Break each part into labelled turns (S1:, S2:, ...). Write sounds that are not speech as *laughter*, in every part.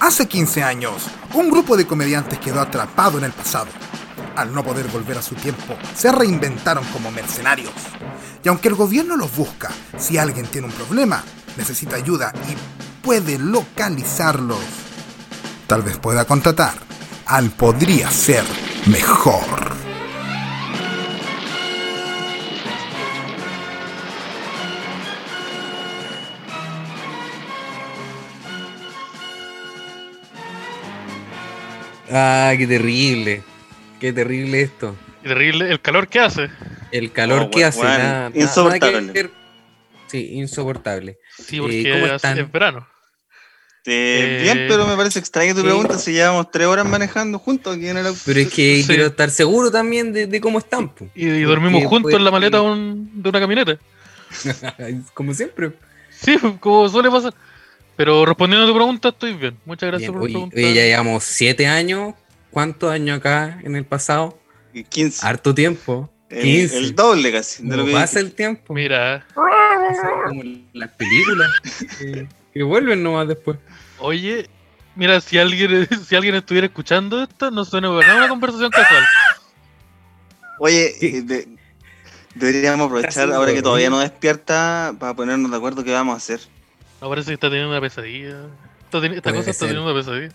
S1: Hace 15 años, un grupo de comediantes quedó atrapado en el pasado. Al no poder volver a su tiempo, se reinventaron como mercenarios. Y aunque el gobierno los busca, si alguien tiene un problema, necesita ayuda y puede localizarlos, tal vez pueda contratar al podría ser mejor.
S2: Ah, qué terrible. Qué terrible esto.
S3: Qué terrible el calor que hace.
S2: El calor
S4: Oh,
S2: que
S4: weón,
S2: hace.
S4: weón,
S2: nada- nada-
S4: insoportable.
S2: nada que ver. sí, insoportable.
S3: Sí,
S2: Eh,
S3: porque
S2: ¿cómo
S3: hace-
S2: están?
S3: es verano.
S4: Eh,
S3: Eh,
S4: bien, pero me parece extraña tu
S2: sí.
S4: pregunta si llevamos tres horas manejando juntos aquí en el auto.
S2: Pero es que
S3: Sí.
S2: quiero estar seguro también de, de cómo están. po. *laughs*
S3: Y, y dormimos
S2: Porque
S3: juntos
S2: fue-
S3: en la maleta un- de una camioneta.
S2: Como siempre.
S3: Sí, como suele pasar. Pero respondiendo a tu pregunta, estoy bien. Muchas gracias
S2: Bien,
S3: por
S2: oye,
S3: preguntar.
S2: oye, ya llevamos siete años. ¿Cuántos años acá en el pasado?
S4: 15.
S2: Harto tiempo.
S4: El,
S2: 15.
S4: el doble casi. De
S2: Ah, Como
S4: lo que
S2: pasa el tiempo.
S3: Mira,
S2: Como las películas que, que vuelven nomás después.
S3: oye, mira, si alguien, *laughs* si alguien estuviera escuchando esto, no suena para nada una conversación casual.
S4: Oye,
S2: ¿Qué?
S4: eh, de- deberíamos aprovechar
S2: Casi
S4: ahora que
S2: dormí.
S4: todavía no despierta para ponernos de acuerdo qué vamos a hacer.
S3: No parece que está teniendo una pesadilla. Está teni- esta
S2: Puede
S3: cosa está
S2: ser.
S3: teniendo una pesadilla.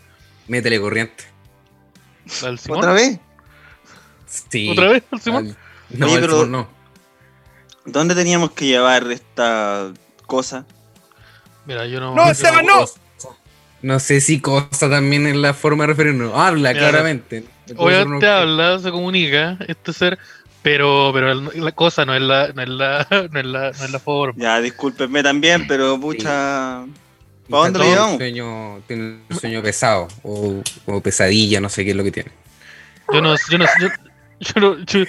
S2: Métele corriente.
S3: ¿La del Simón?
S4: ¿Otra vez?
S2: Sí.
S3: ¿Otra vez al Simón?
S2: Al- No,
S4: Oye,
S2: al
S4: pero-
S2: Simón no.
S4: ¿Dónde teníamos que llevar esta cosa?
S3: Mira, yo no.
S1: ¡No,
S3: yo
S1: Esteban, no!
S2: No sé si cosa también es la forma de referirnos. Habla,
S3: Mira,
S2: claramente.
S3: Obviamente habla, se comunica este ser, pero pero el- la cosa no es la no es la *laughs* no es la, no es la forma.
S4: Ya, discúlpenme también, pero pucha. ¿Para dónde lo
S2: Tiene
S4: llevamos?
S2: Sueño, tiene un sueño pesado o, o pesadilla, no sé qué es lo que tiene.
S3: Yo no yo no yo, *laughs* yo no yo-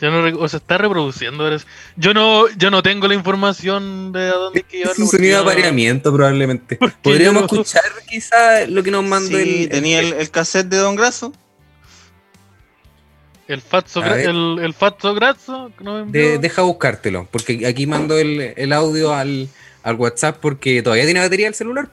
S3: yo no rec- o sea, está reproduciendo ahora sí. Yo no yo no tengo la información de a dónde hay que
S2: Es
S3: llevarlo.
S2: un
S3: porque
S2: sonido de
S3: yo no-
S2: apareamiento probablemente.
S3: Porque
S2: Podríamos
S3: yo no-
S2: escuchar quizás lo que nos mandó
S4: Sí,
S2: el-
S4: tenía el, el cassette de Don Graso.
S3: El fat
S2: A ver.
S3: Socra- el, el fat Socrazo que nos envió.
S2: de- deja buscártelo, porque aquí mando el, el audio al, al WhatsApp porque todavía tiene batería el celular.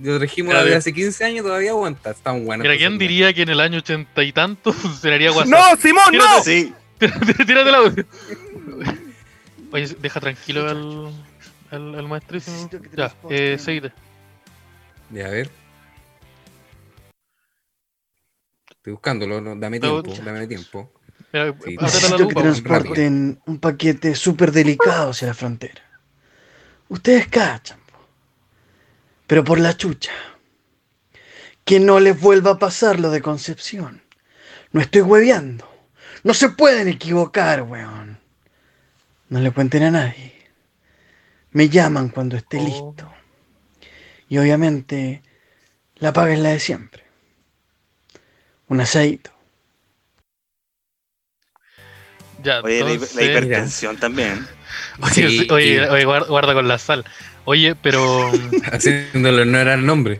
S2: Lo trajimos
S3: Claro.
S2: desde hace 15 años, todavía aguanta. Está un bueno.
S3: Mira,
S2: este
S3: ¿quién
S2: celular.
S3: diría que en el año ochenta y tanto *laughs* funcionaría WhatsApp?
S1: ¡No,
S2: ¡Oh,
S1: Simón, no!
S4: Sí.
S3: Tírate el audio. *laughs* Oye, deja tranquilo al, al, al maestrísimo. Ya, eh, seguite.
S2: Ya, a ver. Estoy buscándolo, no, dame
S3: No,
S2: tiempo,
S3: ya.
S2: dame tiempo. *laughs*
S3: Mira,
S2: Sí,
S3: *laughs*
S2: *laughs*
S3: aprieta la
S5: Necesito que
S3: lupa.
S2: trans-
S5: transporten un paquete súper delicado hacia la frontera. Ustedes cachan, po. pero por la chucha. Que no les vuelva a pasar lo de Concepción. No estoy hueveando. No se pueden equivocar, weón. No le cuenten a nadie. Me llaman cuando esté
S3: Oh.
S5: listo. Y obviamente, la paga es la de siempre. Un aceito.
S3: Ya,
S4: Oye, la hi-
S3: entonces-
S4: la hipertensión también.
S3: Oye,
S2: Sí,
S3: oye,
S2: sí.
S3: oye, guarda, guarda con la sal. Oye,
S2: *laughs*
S3: pero
S2: Haciéndolo no era el nombre.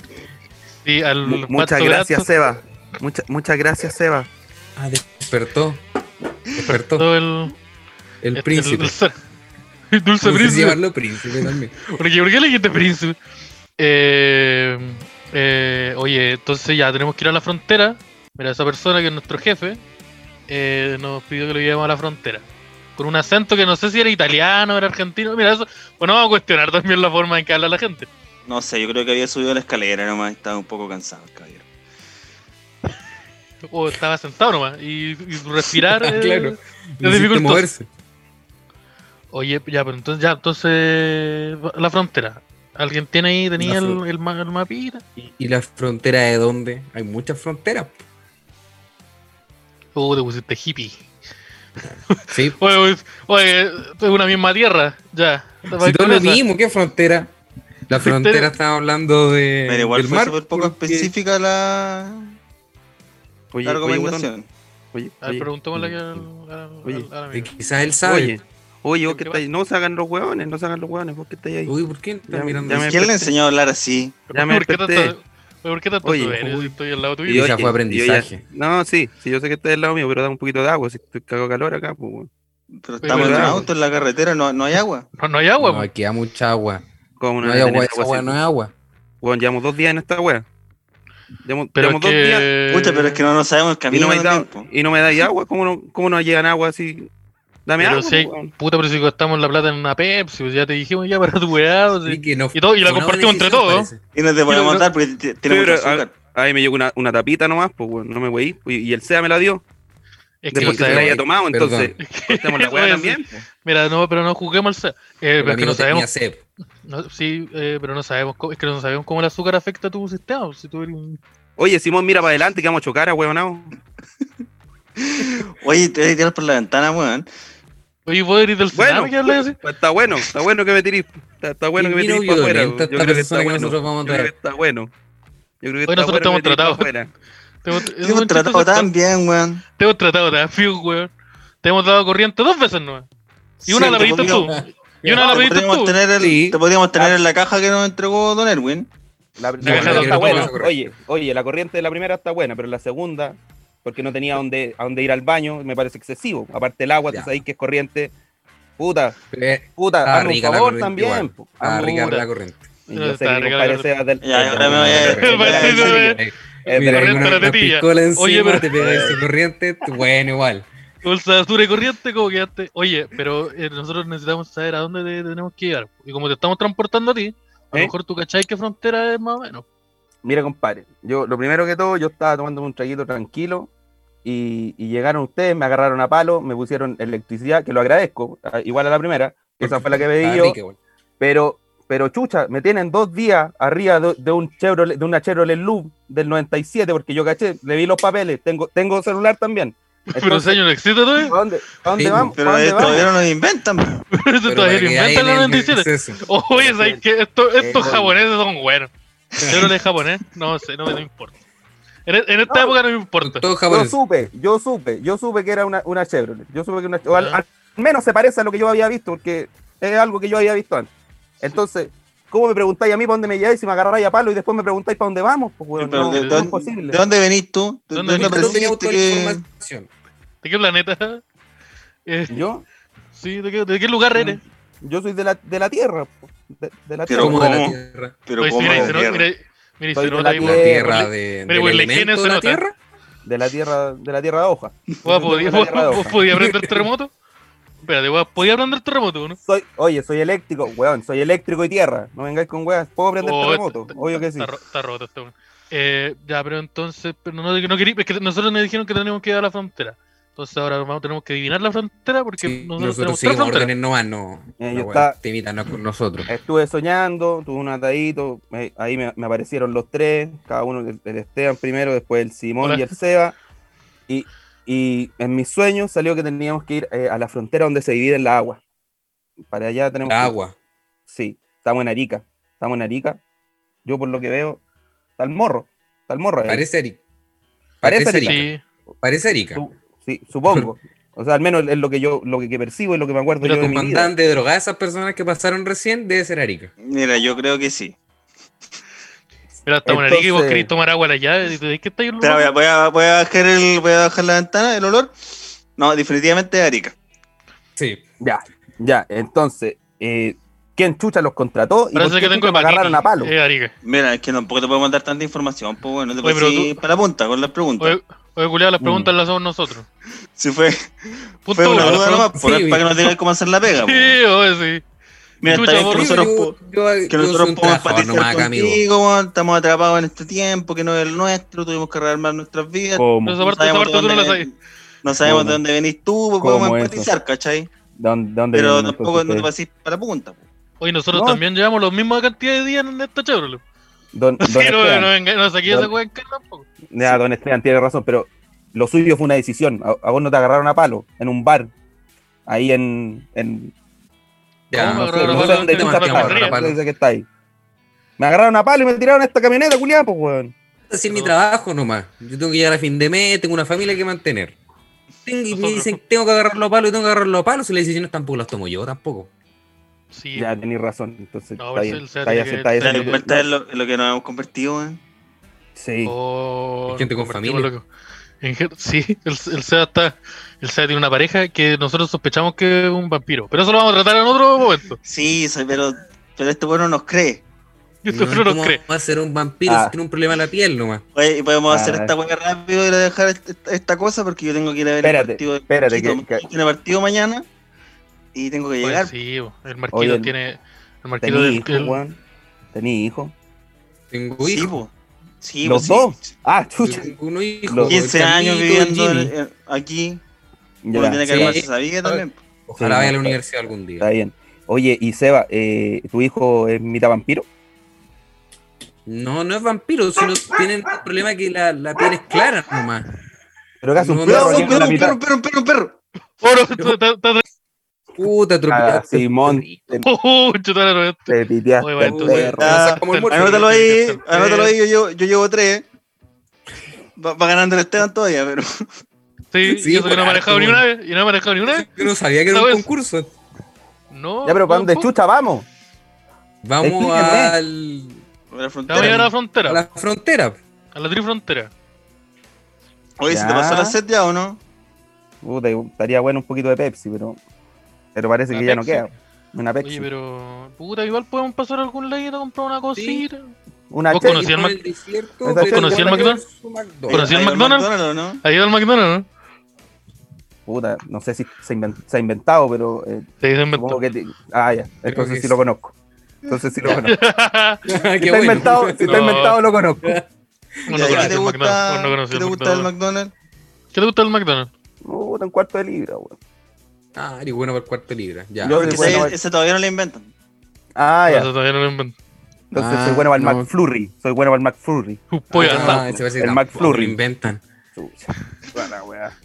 S3: sí, al
S6: Mu- Muchas
S3: Pato
S6: gracias,
S2: eh.
S3: Gato,
S6: Seba. Mucha- muchas gracias, Seba.
S2: Ah, despertó. Despertó
S3: todo el,
S2: el
S3: este,
S2: príncipe.
S3: el dulce, *laughs* el dulce
S2: No sé si
S3: príncipe.
S2: llamarlo príncipe también.
S3: Porque, ¿Por qué le dijiste príncipe? Eh, eh, oye, entonces ya tenemos que ir a la frontera. Mira, esa persona que es nuestro jefe eh, nos pidió que lo llevemos a la frontera. Con un acento que no sé si era italiano, era argentino. Mira, eso. Bueno, vamos a cuestionar también la forma en que habla la gente.
S4: No sé, yo creo que había subido la escalera nomás, estaba un poco cansado el caballero.
S3: O estaba sentado nomás y, y respirar.
S2: Ah, *laughs*
S3: eh,
S2: claro.
S3: es
S2: Necesito
S3: dificultoso.
S2: moverse.
S3: Oye, ya, pero entonces, ya, entonces, la frontera. ¿Alguien tiene ahí, tenía
S2: La
S3: el,
S2: fron-
S3: el, ma- el mapita?
S2: ¿Y, y la frontera de dónde? Hay muchas fronteras. po.
S3: Oh, te pusiste hippie.
S2: Sí.
S3: Oye, oye, oye, es una misma tierra, ya.
S2: Si todo lo
S3: Esa.
S2: mismo, ¿qué frontera? La frontera estaba hablando de.
S4: Pero igual
S2: del
S4: fue
S2: mar,
S4: súper poco
S2: porque-
S4: específica la,
S6: Oye,
S4: la
S6: oye,
S4: recomendación.
S6: botón. Oye,
S3: A ver,
S6: oye,
S3: preguntémosle aquí al,
S6: Oye,
S3: al- al
S2: y
S3: amigo.
S2: Quizás él sabe.
S6: oye, oye, vos
S3: ¿Qué
S6: que
S3: va?
S6: estáis, no se hagan los hueones, no se hagan los hueones, vos que estáis ahí.
S2: Uy, ¿por qué estás
S6: Ya-
S2: mirando
S6: ya me-
S4: ¿Quién le enseñó a hablar así?
S6: ya me
S3: ¿Por qué
S6: desperté.
S3: tanto- oye, ¿Por qué tanto
S6: Oye,
S3: soberbio si estoy al lado
S6: Y
S3: tuyo?
S2: Esa
S6: oye,
S2: fue
S6: y oye,
S2: aprendizaje.
S6: no, sí, sí, yo sé que estás del lado mío, pero da un poquito de agua, si te cago calor acá, pues, weón.
S4: Pero estamos en un
S6: ¿verdad?
S4: auto en la carretera, no, no hay agua.
S3: No, no hay agua, pues.
S2: No,
S3: po.
S2: aquí hay mucha agua.
S6: Como una
S2: No hay agua,
S6: nena,
S2: esa agua
S6: así. pues.
S2: no es agua.
S6: Weón, llevamos dos días en esta wea. Llevamos,
S3: Pero
S6: llevamos
S3: es
S6: dos días
S3: que...
S4: Pucha, pero es que no nos sabemos el
S6: y
S4: camino.
S6: no me
S4: también,
S6: da,
S4: po.
S6: y no me dais agua. ¿Cómo no, cómo no llegan agua así? Dame
S3: Pero
S6: agua. pues,
S3: si hay-
S6: weón.
S3: Puta, pero si gastamos la plata en una Pepsi, pues ya te dijimos ya *laughs* para tu weá. pues, o sea,
S2: Así que no-
S3: Y todo- y la
S2: fue una
S3: compartimos
S2: buena
S3: entre
S2: decisión,
S3: todos.
S2: parece.
S4: Y no te podemos
S3: no- ah,
S4: dar porque t- t- tiene
S6: Sí,
S4: mucho
S6: pero, a-
S4: azúcar.
S6: Ahí me llegó una, una tapita nomás, pues weón, no me voy. Y, y el SEA me la dio.
S3: es que,
S6: Después
S2: sí,
S6: que se
S3: no
S6: la
S2: sí.
S6: haya tomado,
S2: Perdón.
S6: entonces. *laughs*
S3: *laughs*
S6: cortemos la wea
S3: Oye,
S6: también. po.
S3: Mira, no, pero no juzguemos al sa- eh,
S2: El
S3: pero es que
S2: amigo
S3: no
S2: tenía
S3: sabemos,
S2: sed.
S3: no- sí, eh, pero no sabemos cómo, es que no sabemos cómo el azúcar afecta a tu sistema. Si tú eres un-
S6: Oye, Simón, mira para adelante que vamos a chocar
S3: *laughs*
S6: a weonao.
S4: Oye, te voy a tirar por la ventana, weón.
S3: Oye, ¿vos eres del
S6: Bueno. pues
S3: tsunami que hablas
S6: *laughs*
S3: así?
S6: Está bueno, está bueno que me tirís. Está, está bueno que me
S2: Qué
S6: tirís para
S2: violenta
S6: afuera.
S2: esta
S6: weón. Yo creo que está
S2: persona que
S6: bueno.
S2: nosotros vamos a
S6: Yo creo que
S2: traer.
S6: está bueno. Yo creo que
S3: Hoy
S6: está
S3: nosotros estamos
S6: bueno que me tirís
S3: tratados.
S6: pa' afuera.
S3: Te hemos-
S4: Te hemos
S3: hemos
S4: tratado
S3: intentado-
S4: tan bien, weón.
S3: Te hemos tratado tan feo, weón. Te hemos dado corriente dos veces, ¿no? Y una
S4: Sí,
S3: la
S4: te
S3: pediste *laughs* tú.
S4: podríamos-
S3: Y una la
S4: Te
S3: pediste
S4: podríamos
S3: tú.
S4: tener, el-
S2: Sí.
S4: te podríamos tener en la caja que nos entregó Don Erwin.
S7: La,
S3: La caja
S6: primera
S3: de
S6: está
S3: autógrafos.
S6: buena. Oye, oye, la corriente de la primera está buena, pero la segunda, porque no tenía dónde, a dónde ir al baño, me parece excesivo. Aparte el agua,
S2: Ya.
S6: tú sabés que es corriente. Puta,
S2: Eh,
S6: puta,
S2: Estaba
S6: hazme un
S2: rica la
S6: favor
S2: corriente
S6: también.
S2: igual.
S6: po.
S2: Ah,
S6: Hazme
S2: rica
S6: un-
S2: la corriente.
S6: Y
S3: No,
S6: Yo sé
S3: está
S6: que mi
S3: rica la
S6: compadre
S3: corriente.
S6: sea del-
S4: Ya,
S6: del-
S4: ahora me voy a-
S6: del- del-
S3: Me *laughs* parece
S6: del-
S3: que me-
S6: del-
S2: Eh,
S6: del-
S2: Mira,
S3: corriente
S2: con
S3: a
S2: una,
S3: la
S2: una
S3: tetilla.
S2: piscola encima,
S3: Oye, pero-
S2: te pegáis esa corriente, bueno, igual.
S3: Bolsa de azúcar y corriente, como quedaste. Oye, pero eh, nosotros necesitamos saber a dónde te- tenemos que llegar. Y como te estamos transportando a ti, a lo
S6: ¿Eh?
S3: mejor tú cacháis qué frontera es más o menos.
S6: Mira, compadre, yo lo primero que todo, yo estaba tomándome un traguito tranquilo y, y llegaron ustedes, me agarraron a palo, me pusieron electricidad, que lo agradezco, ah, igual a la primera, esa fue la que pedí
S2: Estaba
S6: yo,
S2: rica, igual.
S6: pero, pero chucha, me tienen dos días arriba de, de un Chevrolet, de una Chevrolet Loop del 97, porque yo caché, le vi los papeles, tengo, tengo celular también.
S3: pero
S6: Entonces,
S3: ese año no existe todavía.
S6: *laughs* ¿a dónde, a dónde
S2: Sí,
S6: vamos?
S4: Pero
S6: ¿A dónde
S4: eh,
S6: vamos?
S4: todavía no nos inventan. weón.
S3: Pero eso
S2: Pero
S3: todavía
S2: para
S3: lo
S2: que hayan
S3: inventan la
S2: en el
S3: bendiciones.
S2: exceso.
S3: Oye, ¿sabes qué? Esto- estos
S6: Eh,
S3: japoneses son buenos. Yo no le japonés, no sé, no me no me importa. En, en esta época no me importa.
S2: Todo
S6: Yo
S2: japonés.
S6: supe, yo supe, yo supe que era una, una Chevrolet. Yo supe que una, o al,
S3: Ya.
S6: al menos se parece a lo que yo había visto, porque es algo que yo había visto antes. Entonces, ¿cómo me preguntáis a mí para dónde me lleváis si me agarráis a palo y después me preguntáis para dónde vamos? Pues, weón,
S4: Sí, pero
S6: no,
S4: ¿de
S6: no
S4: dónde-
S6: es posible.
S4: ¿De dónde venís tú? ¿De
S3: ¿Dónde
S4: dónde,
S3: venís tú?
S2: No tenía
S4: aprendiste que.?
S2: autoinformación.
S3: ¿De qué planeta? Eh,
S6: Yo, mm,
S3: sí, ¿de qué, de qué lugar eres?
S6: yo soy de la, de la tierra, po, de, de
S4: Pero
S6: la tierra.
S2: Como de la
S4: ¿cómo?
S2: tierra.
S4: Pero
S3: Oye,
S4: cómo
S3: Pues mira, y
S4: la
S3: se nota-
S4: mierda.
S3: mira, mira, y
S6: Soy
S3: se
S6: de
S3: nota
S6: la
S3: ahí,
S2: La
S6: Tierra,
S2: tierra de,
S3: Pero,
S2: del
S3: güey, la higiene
S2: elemento
S3: se
S2: de la
S3: nota.
S2: tierra.
S6: De la tierra, de la tierra de
S3: *laughs*
S6: hoja.
S3: Guau,
S6: Yo soy
S3: ¿podía-
S6: de la tierra de
S3: ¿Vos
S6: hoja.
S3: podías aprender el terremoto? Espérate, guau, ¿podía aprender el terremoto, no?
S6: Soy, oye, soy eléctrico, weón, soy eléctrico y tierra. No vengáis con weas, puedo aprender
S3: Oh,
S6: terremoto,
S3: está-
S6: obvio que sí.
S3: Está, ro- está roto este weón. Eh, ya, pero entonces, pero no, no querí- es que nosotros nos dijeron que tenemos que ir a la frontera. Entonces ahora vamos, tenemos que adivinar la frontera porque
S2: Sí,
S3: nosotros,
S2: nosotros
S3: tenemos
S2: seguimos
S3: tres fronteras.
S2: órdenes nomás, no. no,
S6: Eh, yo
S2: güey,
S6: está-
S2: Te imitan a- con nosotros.
S6: Estuve soñando, tuve un atadito, me- ahí me, me aparecieron los tres, cada uno, el, el Esteban primero, después el Simón
S3: Hola.
S6: y el Seba. Y, y en mis sueños salió que teníamos que ir eh, a la frontera donde se divide la agua. Para allá tenemos que
S2: La
S6: ir.
S2: agua.
S6: Sí, estamos en Arica, estamos en Arica. Yo por lo que veo, está el morro, está el morro. ahí.
S2: Parece Erika.
S6: Parece
S2: Parece Erika.
S3: Sí,
S2: Parece Erika.
S6: Su- sí,
S2: *laughs*
S6: supongo. O sea, al menos es lo que yo, lo que, que percibo y lo que me acuerdo
S2: Pero
S6: yo de mi vida.
S2: comandante de droga, esas personas que pasaron recién, debe ser Arica.
S4: Mira, yo creo que sí.
S3: mira, estamos en Arica y vos
S6: Entonces-
S3: querés tomar agua a la llave y te decís que está ahí un
S4: Espera, voy a, voy a- voy a bajar el, voy a bajar la ventana, el olor. No, definitivamente Arica.
S2: Sí.
S6: Ya, ya, entonces, eh, ¿quién chucha los contrató? por
S3: Parece
S6: qué
S3: que tengo
S6: chucha me agarraron a palo.
S3: Eh, Arica.
S4: Mira, es que tampoco te podemos dar tanta información, pues bueno, te
S3: Oye,
S4: puedes
S3: pero
S4: ir para la punta con las preguntas.
S3: Oye, oye, culiao, las preguntas
S6: Mm.
S3: las hacemos nosotros.
S4: si fue,
S3: Punto
S4: fue una
S3: uno, las
S4: duda
S3: preguntas-
S4: nomás,
S2: preguntas-
S4: por-
S2: Sí,
S4: para que no tengáis cómo hacer la pega. pues.
S3: Sí, oye, sí.
S4: Mira, está
S3: Chucha,
S4: bien
S3: vos-
S4: que
S2: Sí,
S4: nosotros.
S2: yo-
S4: po-
S2: yo-
S4: que
S2: yo soy
S4: nosotros
S2: un
S4: podemos
S2: trabajador
S4: empatizar
S2: nomás, acá, amigo.
S4: contigo, weón, estamos atrapados en este tiempo que no es el nuestro, tuvimos que rearmar nuestras vidas.
S3: Pero
S6: ¿Cómo?
S3: Oh. esa parte, esa
S4: sabemos
S3: parte
S4: de
S3: tú no la
S4: dónde
S3: sabes.
S4: ven- no sabemos
S6: ¿Cómo?
S4: de dónde venís tú, pues
S6: ¿Cómo
S4: podemos
S6: eso?
S4: empatizar, ¿cachai?
S6: ¿De dónde, de dónde
S4: Pero
S6: vienen
S4: tampoco no
S6: entonces
S4: te pasís para la punta. po.
S3: Oye, nosotros
S6: No.
S3: también llevamos los mismos cantidad de días en esta
S6: *laughs*
S3: Chevrolet.
S6: ustedes? Don,
S3: *laughs*
S6: don
S3: Sí, no,
S6: Esteban,
S3: no, venga, no saqué
S6: Don-
S3: esa weá en cara tampoco.
S6: ya, don Esteban tiene razón, pero lo suyo fue una decisión. A, a vos no te agarraron a palo en un bar, ahí en. en
S2: Ya,
S3: ¿Cómo me
S6: no sé,
S3: agarraron
S6: no
S3: a
S6: sé
S3: palo?
S6: dónde
S3: ¿Dónde
S6: chucha
S3: me
S6: estás,
S3: agarraron a
S2: palo?
S6: dice que está ahí. Me agarraron a palo y me tiraron a esta camioneta, culiá, pues, weón.
S2: hacer mi trabajo nomás. Yo tengo que llegar a fin de mes, tengo una familia que mantener. Tengo- y me dicen que tengo que agarrarlo a palo y tengo que agarrarlo a palo. Si las decisiones tampoco las tomo yo, *laughs* tampoco.
S3: Sí,
S6: Ya tenéis razón, entonces.
S3: No,
S6: está
S3: pero
S6: bien,
S3: se- se
S6: está bien,
S3: tiene que-
S6: está bien,
S4: ¿Te
S3: Sí,
S4: das
S6: está
S4: cuenta de
S6: bien.
S4: eh. lo, en lo que nos hemos convertido, weón?
S6: Sí.
S3: Oh,
S2: Hay gente
S3: nos
S2: con
S3: convertimos
S2: familia.
S3: en lo que- En Ger- sí, el, el SEA está. El SEA tiene una pareja que nosotros sospechamos que es un vampiro. Pero eso lo vamos a tratar en otro momento. *laughs*
S4: Sí, soy- pero, pero este bueno nos cree.
S2: No,
S3: Eso no nos
S2: ¿cómo
S3: cree.
S2: Va a ser un vampiro
S6: Ah.
S2: si tiene un problema en la piel nomás.
S4: Oye, y podemos hacer
S6: Ah.
S4: esta hueá rápido y dejar est- esta cosa porque yo tengo que ir a ver
S6: Espérate,
S4: el partido. de
S6: espérate,
S4: Marquito.
S6: que- que-
S4: Yo Tiene partido mañana y tengo que
S3: Oye,
S4: llegar.
S3: sí, bo, el
S6: Oye,
S3: marquito
S6: el-
S3: tiene. El marquito
S6: Tení
S3: del.
S6: hijo,
S3: el-
S6: weón. Tení hijo.
S2: Tengo
S4: Sí,
S2: hijos.
S4: po. Sí,
S6: Los
S4: po, sí.
S6: dos. Ah,
S2: Yo
S6: chucha.
S2: tengo unos hijos.
S6: Los-
S2: el
S4: 15 años
S2: Camilo, el
S4: viviendo
S2: Jimmy.
S4: en- en- aquí.
S6: Ya,
S4: Uno tiene que
S2: sí.
S4: armarse esa vida también. po.
S2: Ojalá
S6: Sí,
S2: vaya a la
S6: no,
S2: universidad algún
S6: Está
S2: día.
S6: bien. Oye, y Seba, eh, ¿tu hijo es mitad vampiro?
S2: No, no es vampiro, sino tienen el problema que la, la piel es clara nomás.
S6: Pero que hace un
S2: No,
S6: perro
S2: no,
S6: aquí
S4: ¡Perro,
S2: no,
S6: en la
S4: perro, perro,
S6: mitad.
S4: perro, perro, perro!
S3: Oh, no, tú- tú- tú-
S2: Puta,
S6: Ah,
S2: atropellado.
S6: Simón,
S3: oh, chuta, no, no,
S6: te piteaste
S3: Oye, va,
S6: al
S2: tú-
S6: perro.
S2: Nos sacamos el
S3: Bueno,
S2: muerto.
S4: Anótalo ahí,
S3: sí.
S4: anótalo ahí, yo, llevo- yo llevo tres. Va, va ganando el Esteban todavía, pero.
S3: Sí,
S2: Sí,
S3: yo soy que no he
S6: pues,
S2: por
S3: manejado ni
S2: harto,
S3: una vez. Y no he manejado ni una vez.
S2: Yo no sabía que era un
S3: ¿Sabes?
S2: concurso.
S3: No.
S6: Ya, pero ¿para dónde
S3: tampoco.
S6: chucha vamos?
S2: Vamos
S6: Explíquenme.
S2: al,
S4: La
S3: Te voy a
S4: frontera.
S3: llevar a la
S2: a
S3: frontera.
S2: la frontera.
S3: A la trifrontera.
S4: Oye, ¿se te
S6: Ya.
S4: pasó la set ya o no?
S6: Puta, estaría bueno un poquito de Pepsi, pero. Pero parece
S3: Una
S6: que ya no
S3: Pepsi.
S6: queda. Una Pepsi.
S3: Oye, pero. Puta, igual podemos pasar a algún lado a comprar una cosita.
S6: Una
S3: ¿Vos
S6: Pepsi.
S3: conocí al
S2: Estamos
S3: Mac-
S2: en el desierto,
S6: ¿Vos
S2: pero
S6: conocí al
S2: igual
S3: McDonald's?
S2: es un McDonald's.
S3: ¿Conocí al
S4: Ahí va
S3: McDonald's?
S4: McDonald's o no?
S3: Ahí va el McDonald's, ¿no?
S6: Puta, no sé si se, inven- se ha inventado, pero. eh,
S3: Se dice
S6: supongo que. te- Ah, ya.
S2: que
S6: Entonces sí
S2: sí.
S6: lo conozco. Entonces sí
S3: *laughs*
S6: lo conozco.
S2: *laughs* Qué
S6: Si está,
S2: bueno.
S6: inventado, si
S3: No.
S6: está inventado,
S3: *laughs*
S6: lo conozco.
S4: Ya, ¿Qué te
S3: el
S4: gusta,
S3: McDonald's. No conocí
S4: ¿qué
S3: el
S4: te gusta del
S3: McDonald's.
S4: McDonald's?
S3: ¿Qué te gusta del McDonald's?
S6: Puta, un cuarto de libra, weón.
S2: Ah, eres bueno para el cuarto libra. Ya.
S6: Yo-
S4: Porque
S6: bueno,
S4: ese-
S6: bueno.
S4: ese todavía no lo inventan.
S6: Ah,
S3: No,
S6: ya.
S3: eso todavía no lo inventé.
S6: Entonces
S2: Ah,
S6: soy bueno para el
S2: no.
S6: McFlurry. Soy bueno para el McFlurry.
S3: Un pollo
S2: Ah,
S3: asado.
S2: ese parece
S6: El
S2: que
S6: Mac
S2: tampoco lo
S6: Flurry.
S2: inventan.
S6: Chucha. Buena, weá.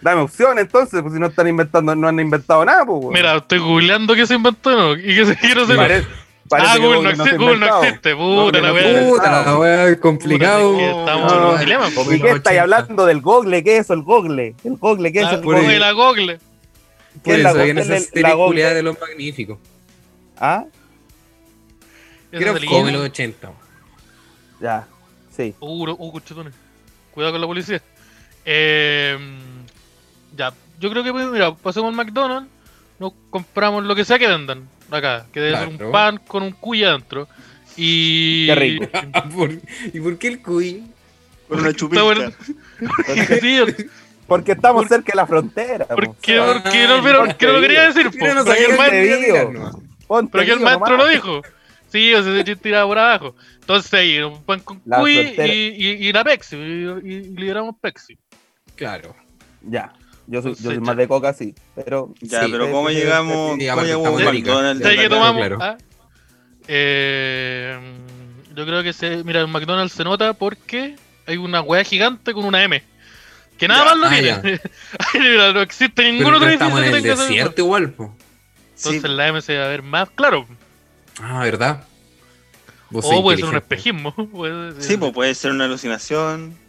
S6: Dame opción entonces, pues si no están inventando, no han inventado nada, pues. weón.
S3: Mira, estoy googleando qué se inventó ¿no? y qué se quiere hacer.
S6: Parece- parece
S3: Ah,
S6: que
S3: Google no
S6: Google no se
S3: existe,
S6: ha
S3: Google no
S6: inventado.
S3: existe. Puta
S6: Google
S3: la
S6: no
S3: wea.
S6: existe.
S2: Puta, la wea, complicado.
S3: Puta, es que estamos
S6: en un
S2: No,
S3: dilema. pues.
S2: no,
S6: ¿Y qué
S2: no,
S6: estáis
S2: ochenta.
S6: hablando del gogle? ¿Qué es eso? El gogle. El gogle, ¿qué es
S3: Ah,
S6: el
S2: por
S3: Google,
S6: gogle?
S2: ahí.
S3: la Google.
S6: ¿Qué
S2: Por
S6: es la
S2: eso viene
S6: Google?
S2: esa
S6: El- la
S2: serie
S6: Google.
S2: culiada de los magníficos.
S6: ¿Ah?
S2: Creo que como en los 80. weón.
S6: Ya. Sí.
S3: Uh, no, uh, cochetones. Cuidado con la policía. Eh, ya, yo creo que, pues, mira, pasamos al McDonald's, nos compramos lo que sea que vendan acá, que debe ser
S2: Claro.
S3: un pan con un cuy adentro. Y.
S6: Qué rico.
S2: Ah, por- ¿Y por qué el cuy?
S4: Con una chupita.
S6: *laughs*
S3: bueno. Sí,
S6: Porque estamos
S3: ¿Por-
S6: cerca de la frontera.
S3: ¿Por
S6: po.
S3: qué?
S6: Ah,
S3: ¿Por qué no, pero, ¿qué no lo quería decir? po?
S2: Mira, no
S3: pero que
S2: sabía
S3: el,
S2: que
S3: maestro,
S6: maestro-
S2: tenía, no.
S6: ponte
S3: pero que el
S6: vivo
S3: maestro
S6: nomás.
S3: lo dijo. Sí, o sea, se tiraba por abajo. Entonces ahí, un pan con
S6: La
S3: cuy y,
S6: frontera.
S3: y, y la Pepsi. Y, y liberamos Pepsi.
S2: Claro.
S6: Ya. Yo soy, yo soy
S3: Entonces,
S6: más de coca, sí. Pero.
S4: Ya,
S2: Sí,
S4: pero ¿cómo
S6: sí, sí,
S4: llegamos,
S2: sí,
S4: ¿cómo
S2: aparte
S4: llegamos
S2: está
S4: a
S2: muy rica.
S4: McDonald's?
S2: Ya,
S3: ¿Sabes qué
S2: claro,
S3: tomamos?
S2: claro.
S3: Ah, eh, yo creo que se, mira, el McDonald's se nota porque hay una weá gigante con una M. Que nada más lo
S2: Ah,
S3: tiene. *laughs* Ay, mira, no existe
S2: Pero
S3: ningún otro
S2: ya estamos
S3: edificio
S2: en el
S3: que tenga esa misma.
S2: desierto igual, po.
S4: Sí,
S3: Entonces la M se va a ver más claro.
S2: Ah, ¿verdad? Vos
S3: O
S2: sois
S3: puede ser Oh, pues, un
S2: inteligente.
S3: espejismo. *laughs* puede ser-
S4: sí, pues puede ser una alucinación.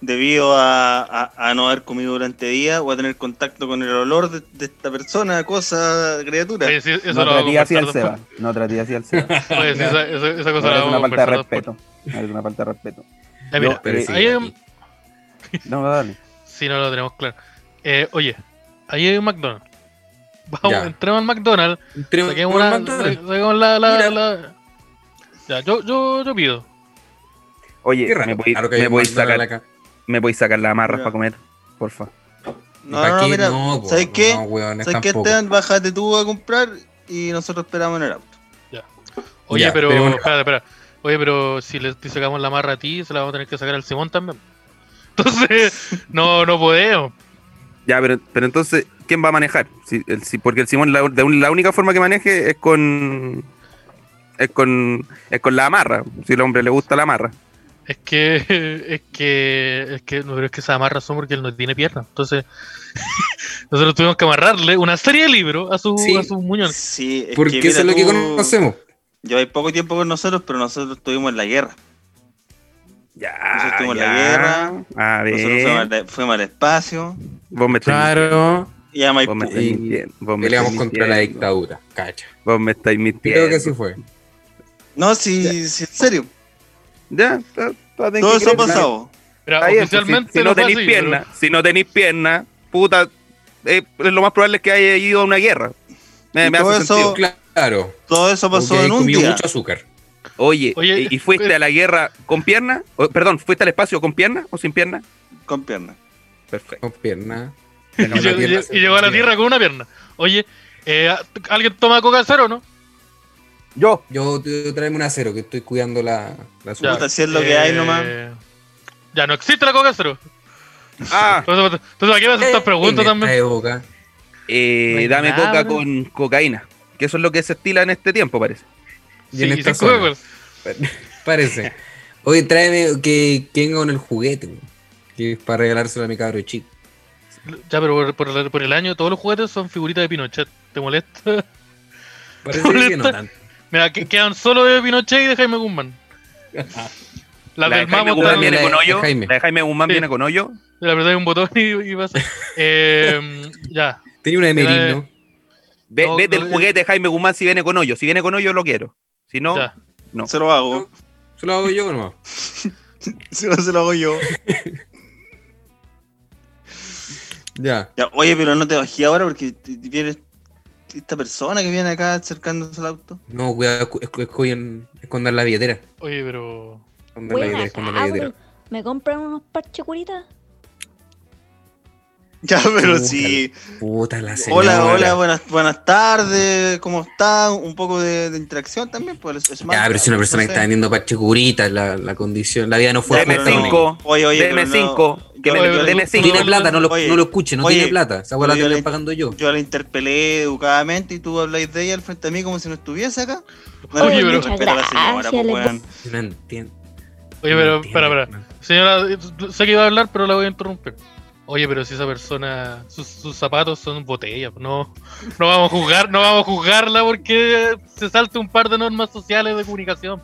S4: Debido a, a- a no haber comido durante día o a tener contacto con el olor de, de esta persona, cosa, criatura.
S3: Sí, sí, eso
S6: No
S3: lo vamos a
S6: tratí así al
S3: conversar
S6: Seba. No tratí así
S3: *laughs*
S6: al Seba.
S3: después. Pues,
S2: No.
S3: esa, esa- esa cosa
S6: No,
S3: la vamos
S6: es
S3: a
S6: una falta
S3: conversar
S6: de
S3: después.
S6: respeto. Es una falta de respeto.
S3: Ya, mira, eh,
S6: Yo,
S2: Pero sí,
S3: ahí hay un-
S2: aquí.
S6: No, no, dale.
S3: Sí, no lo tenemos claro. Eh, oye, ahí hay un McDonald's. Vamos,
S2: Ya.
S3: entremos al McDonald's.
S2: Entremos
S3: Saquemos,
S2: por
S3: la-
S2: McDonald's.
S3: saquemos la, la-
S2: Mira.
S3: la- Ya, yo, yo, yo pido.
S6: Oye,
S2: Qué raro.
S6: ¿me podéis
S2: Claro que hay
S6: me
S2: un
S6: podéis
S2: McDonald's
S6: sacar,
S2: acá.
S6: me podéis sacar las amarras
S4: Ya.
S6: para comer? Porfa.
S4: No,
S2: ¿Para
S4: no, no,
S2: qué?
S4: mira,
S2: No, po,
S4: ¿sabes qué?
S2: No, weones,
S4: ¿Sabes qué,
S2: tampoco.
S4: Esteban? Bájate tú a comprar y nosotros esperamos en el auto.
S3: Oye,
S2: Ya,
S3: pero.
S2: pero bueno.
S3: Espera, espera. Oye, pero si le te sacamos la marra a ti, se la vamos a tener que sacar al Simón también. *laughs* Entonces, no, no podemos.
S6: Ya, pero, pero entonces, ¿quién va a manejar? Si, el, si- porque el Simón, la, de un- la única forma que maneje es con. Es con, es con la amarra. Si el hombre le gusta la amarra.
S3: Es que, es que, es que, no, pero es que se amarra razón porque él no tiene pierna. Entonces, *laughs* nosotros tuvimos que amarrarle una serie de libros a su,
S2: Sí.
S3: a su muñón.
S4: Sí, es
S2: Porque
S4: que
S2: eso es lo que
S4: tú-
S2: conocemos.
S4: Lleváis poco tiempo con nosotros, pero nosotros estuvimos en la guerra.
S6: Ya.
S4: Nosotros estuvimos en la
S6: ya.
S4: guerra,
S6: A
S4: Nosotros fuimos
S6: ver.
S4: al, fuimos al espacio
S6: Vos me estáis
S2: Claro.
S4: y a
S6: mintiendo,
S4: Maipú.
S6: Vos
S2: Y
S6: me estáis mintiendo. Vos me
S2: Peleamos
S6: estáis
S2: contra la
S6: mintiendo,
S2: dictadura. Cacha.
S6: Vos me estáis mintiendo.
S2: Creo que así
S6: pues.
S2: fue.
S4: No, sí, sí, en serio.
S6: Ya, ta- ta- ten
S4: Todo
S6: que
S4: eso ha
S6: creer,
S4: pasado.
S3: Pero
S6: Está bien, pues, si-
S3: oficialmente
S6: si,
S3: no
S6: no
S3: fue
S6: tenéis
S3: así,
S6: pierna, si no tenéis pierna, puta, eh, lo más probable es que haya ido a una guerra. Me,
S4: Y
S6: me
S4: todo
S6: hace
S4: eso-
S6: sentido.
S2: Claro.
S4: Todo eso
S2: Porque
S4: pasó
S2: ahí
S4: en un
S2: comió
S4: día.
S2: mucho azúcar.
S6: Oye,
S3: Oye, pues-
S6: ¿y- ¿y fuiste
S3: pero-
S6: a la guerra con pierna? O, perdón, ¿fuiste al espacio con pierna o sin pierna?
S4: Con piernas.
S6: Perfecto.
S2: Con
S3: *laughs*
S2: pierna.
S3: Y, llegó- y- y llegó a la tierra con una pierna. Oye, eh, ¿alguien toma coca cero, no?
S6: Yo,
S2: Yo te traigo una cero, que estoy cuidando la, la azúcar.
S4: Puta, si es lo que hay nomás.
S3: eh, Ya no existe la coca cero.
S6: ah,
S3: Entonces, entonces ¿a qué me hacen estas preguntas
S2: En esta
S3: también?
S2: época.
S6: eh,
S3: No hay
S6: dame
S3: nada,
S6: coca
S3: bro.
S6: con cocaína, que eso es lo que se estila en este tiempo, parece.
S2: Y en
S3: Sí,
S2: esta
S3: sin Coca-Cola.
S2: Parece. Oye, tráeme que, que venga con el juguete, weón, que es para regalárselo a mi cabro chico.
S3: Ya, pero por, por el- por el año todos los juguetes son figuritas de Pinochet. ¿Te molesta? *laughs*
S2: Parece que no tanto.
S3: Mira, que, quedan solo de Pinochet y de Jaime Guzmán. La,
S6: de
S3: del
S6: Jaime
S3: Mamo
S6: Guzmán
S3: está-
S2: también.
S6: viene
S2: La de-
S6: con hoyo.
S2: de Jaime.
S6: La de Jaime Guzmán
S3: Sí.
S6: viene con hoyo.
S3: Le apretáis un botón y, y pasa. Eh, ya.
S2: Tenía una de
S3: Era de-
S4: Eh.
S2: merino.
S6: Ve,
S3: No,
S6: vete
S3: no,
S6: el
S3: no.
S6: juguete de Jaime Guzmán si viene con hoyo. Si viene con hoyo, lo quiero. Si no,
S3: ya.
S6: No.
S4: Se lo hago. *laughs*
S2: Se lo hago yo nomás.
S4: Si no, se lo hago yo.
S2: Ya.
S4: Ya, oye, pero no te bajé ahora porque te- te viene esta persona que viene acá acercándose al auto. *laughs*
S2: No, cuidado, escu- escu- esconden- esconder la billetera.
S3: Oye, pero.
S2: Esconder la billetera,
S7: Buenas,
S2: esconder la billetera.
S7: abro. ah, ¿Me compran unos parches curitas?
S4: Ya, pero
S2: Puta,
S4: sí.
S2: Puta la señora.
S4: Hola, hola, buenas, buenas tardes. ¿Cómo está? Un poco de, de interacción también. Pues, es más,
S2: Ya, pero si una persona
S4: no
S2: que está
S4: sé.
S2: vendiendo parche curita, la, la condición, la vida no fue
S4: Ya,
S6: Deme
S4: pero
S2: justa con
S6: cinco.
S2: él.
S4: Oye, oye, pero
S6: deme
S4: no-
S6: 5. que
S4: yo-
S6: me,
S3: Oye,
S6: deme
S3: pero-
S2: No
S6: 5.
S2: tiene plata, no lo,
S4: Oye,
S2: no lo escuche, no
S4: oye,
S2: tiene plata. Esa hueá la
S4: oye,
S2: estoy
S4: le-
S2: pagando yo.
S4: Yo la interpelé educadamente y tú habláis de ella al frente a mí como si no estuviese acá.
S3: Oye,
S4: le
S3: pero-
S4: tengo respeto a la señora,
S7: Muchas
S4: pues,
S7: gracias,
S4: weón.
S2: No entiendo.
S3: Oye,
S2: no
S3: pero.
S2: entiendo,
S3: Espera, espera.
S2: hermano.
S3: Señora, sé que iba a hablar, pero la voy a interrumpir. Oye, pero si esa persona, sus, sus zapatos son botellas, no, no vamos a juzgar, no vamos a juzgarla porque se salta un par de normas sociales de comunicación.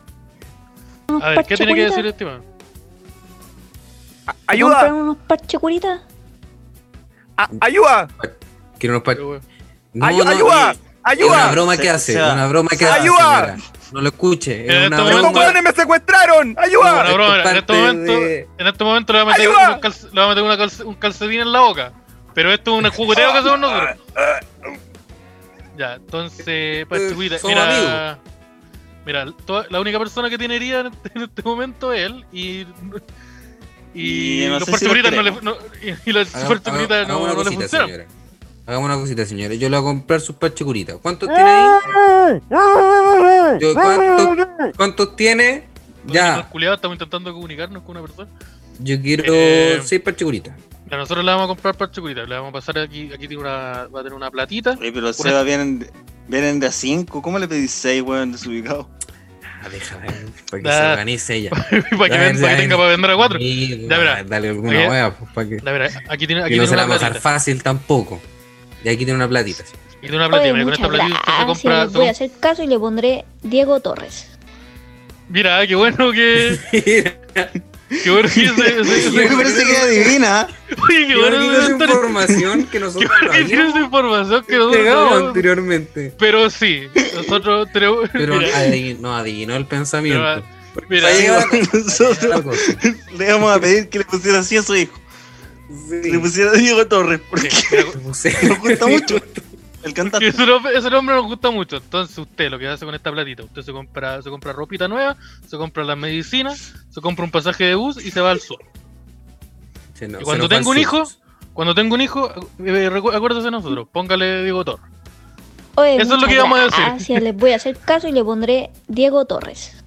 S3: A ver, ¿qué
S7: parches
S3: tiene que
S7: curitas?
S3: decir este man?
S7: ¿Me
S6: ¡Ayuda!
S7: compran unos parches curitas?
S6: a- ¡Ayuda!
S2: Quiero unos parches.
S3: Pero, bueno,
S2: No,
S6: ayu-
S2: no,
S6: ¡Ayuda!
S2: es- Es
S6: ¡Ayuda!
S2: una broma que
S4: Se-
S2: hace,
S4: se va.
S2: una broma que
S6: Se-
S2: hace.
S6: ¡Ayuda!
S2: señora. No lo escuche. Es
S3: En estos
S2: una
S6: ¡Estos
S3: momentos-
S2: broma.
S6: hueones me secuestraron!
S3: Una
S6: ¡Ayuda!
S3: broma. Ahora, en este
S2: parte
S3: momento-
S2: de-
S3: En este momento le va a meter,
S6: ¡Ayuda!
S3: unos calce- le va a meter una calce- un calcetín en la boca, pero esto es un jugueteo que hacemos
S6: Ah,
S3: nosotros. Ya, entonces, Pachuquita,
S2: somos
S3: mira, mira, toda- la única persona que tiene herida en este, en este momento es él y. Y,
S4: Y no
S3: los
S4: sé si lo
S3: parchuritas no le.
S4: queremos.
S3: no- y, y los
S2: Haga-
S3: parchuritas
S2: haga-
S3: no,
S2: hagamos una
S3: no le
S2: cosita,
S3: funcionan.
S2: señora. Hagamos una cosita, señora. Yo le voy a comprar sus parches curitas. ¿Cuántos tiene ahí? Yo, ¿cuántos, cuántos tiene?
S3: Los
S2: Ya,
S3: culiados estamos intentando comunicarnos con una persona.
S2: yo quiero
S3: Eh,
S2: seis parches curitas.
S3: Ya, nosotros le vamos a comprar parchuritas, le vamos a pasar aquí, aquí tiene una, va a tener una platita.
S4: Oye, pero Seba, vienen, vienen de a 5. ¿Cómo le pedís 6, weón, desubicado?
S3: *laughs*
S2: Ah, deja ver, para que
S3: Da-
S2: se organice ella.
S3: para que,
S2: *laughs* Ya,
S3: venda-
S2: ya,
S3: para que tenga
S2: ya.
S3: para vender a cuatro.
S2: Y,
S3: Ya, verá.
S2: ah, dale alguna
S3: Oye.
S2: hueá, pues, para que,
S3: Ya, mira, aquí tiene, aquí
S2: que no
S3: tiene
S2: se la
S3: una
S2: va a bajar
S3: platita.
S2: fácil tampoco. Y aquí tiene una platita.
S3: Aquí tiene una
S7: Oye,
S3: platita, mira, con esta
S7: muchas
S3: platita usted se
S7: gracias.
S3: compra.
S7: Les voy a
S3: se
S7: hacer caso y le pondré Diego Torres.
S3: comp- Mira, qué bueno que.
S2: *laughs*
S3: Qué bueno que se. se-
S4: Yo me parece que adivina.
S3: Oye, qué
S2: Qué
S3: bueno
S2: bonita
S3: que
S2: esa
S3: se-
S2: información que
S3: *laughs* Qué
S2: nosotros
S3: bueno
S2: no
S3: que tienes
S2: habíamos
S3: información que nosotros
S2: llegado
S3: teníamos.
S2: anteriormente.
S3: Pero sí, nosotros tenemos. *laughs*
S2: Pero
S3: mira,
S2: adivin- no adivinó el pensamiento.
S3: mira,
S2: Ahí va.
S4: ¿eh?
S3: *laughs*
S4: Nosotros
S2: Algo.
S4: le vamos a pedir que le pusiera así a su hijo. Que le pusiera Diego Torres, porque
S3: mira,
S2: *laughs*
S4: *laughs* nos gusta mucho. El
S3: que
S4: cantante.
S3: ese, nombre, ese nombre nos gusta mucho. Entonces, usted lo que hace con esta platita, usted se compra, se compra ropita nueva, se compra las medicinas, se compra un pasaje de bus y se va al sur.
S2: Sí, no,
S3: Y
S2: se
S3: cuando
S2: nos va
S3: tengo
S2: el
S3: un
S2: sur.
S3: hijo, Cuando tengo un hijo, eh, recu- acuérdese de nosotros, póngale Diego Torres.
S7: Oye,
S3: Eso es lo
S7: muchas
S3: que íbamos a decir.
S7: Gracias, les voy a hacer caso y le pondré Diego Torres.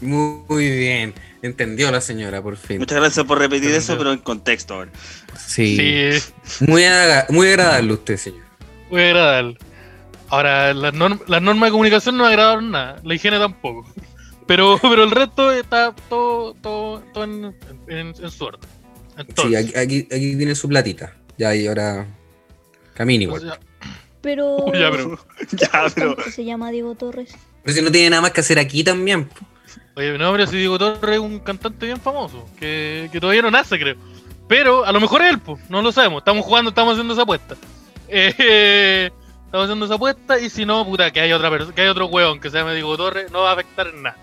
S2: Muy, muy bien. Entendió la señora, por fin.
S4: Muchas gracias por repetir eso, pero en contexto ahora.
S2: Sí.
S3: Sí,
S2: Muy, aga- muy agradable usted, señor.
S3: muy agradable. Ahora, las, norm- las normas de comunicación no me agradaron nada, la higiene tampoco. Pero, *laughs* pero el resto está todo, todo, todo en, en, en su orden. Entonces,
S2: Sí, aquí, aquí, aquí tiene su platita. Ya, y ahora. Camina
S3: o
S2: igual.
S3: sea,
S7: Pero.
S3: *laughs* ya, Ah, pero-
S4: *laughs* Ya, pero.
S7: ¿Cómo se llama Diego Torres?
S2: Pero si no tiene nada más que hacer aquí también. po.
S3: oye, no, hombre, si Diego Torres es un cantante bien famoso, que, que todavía no nace, creo. Pero a lo mejor es él, pues, no lo sabemos. Estamos jugando, estamos haciendo esa apuesta. *laughs* Eh, estamos haciendo esa apuesta y si no, puta, que hay otra perso- que hay otro hueón que se llame Diego Torres, no va a afectar en nada.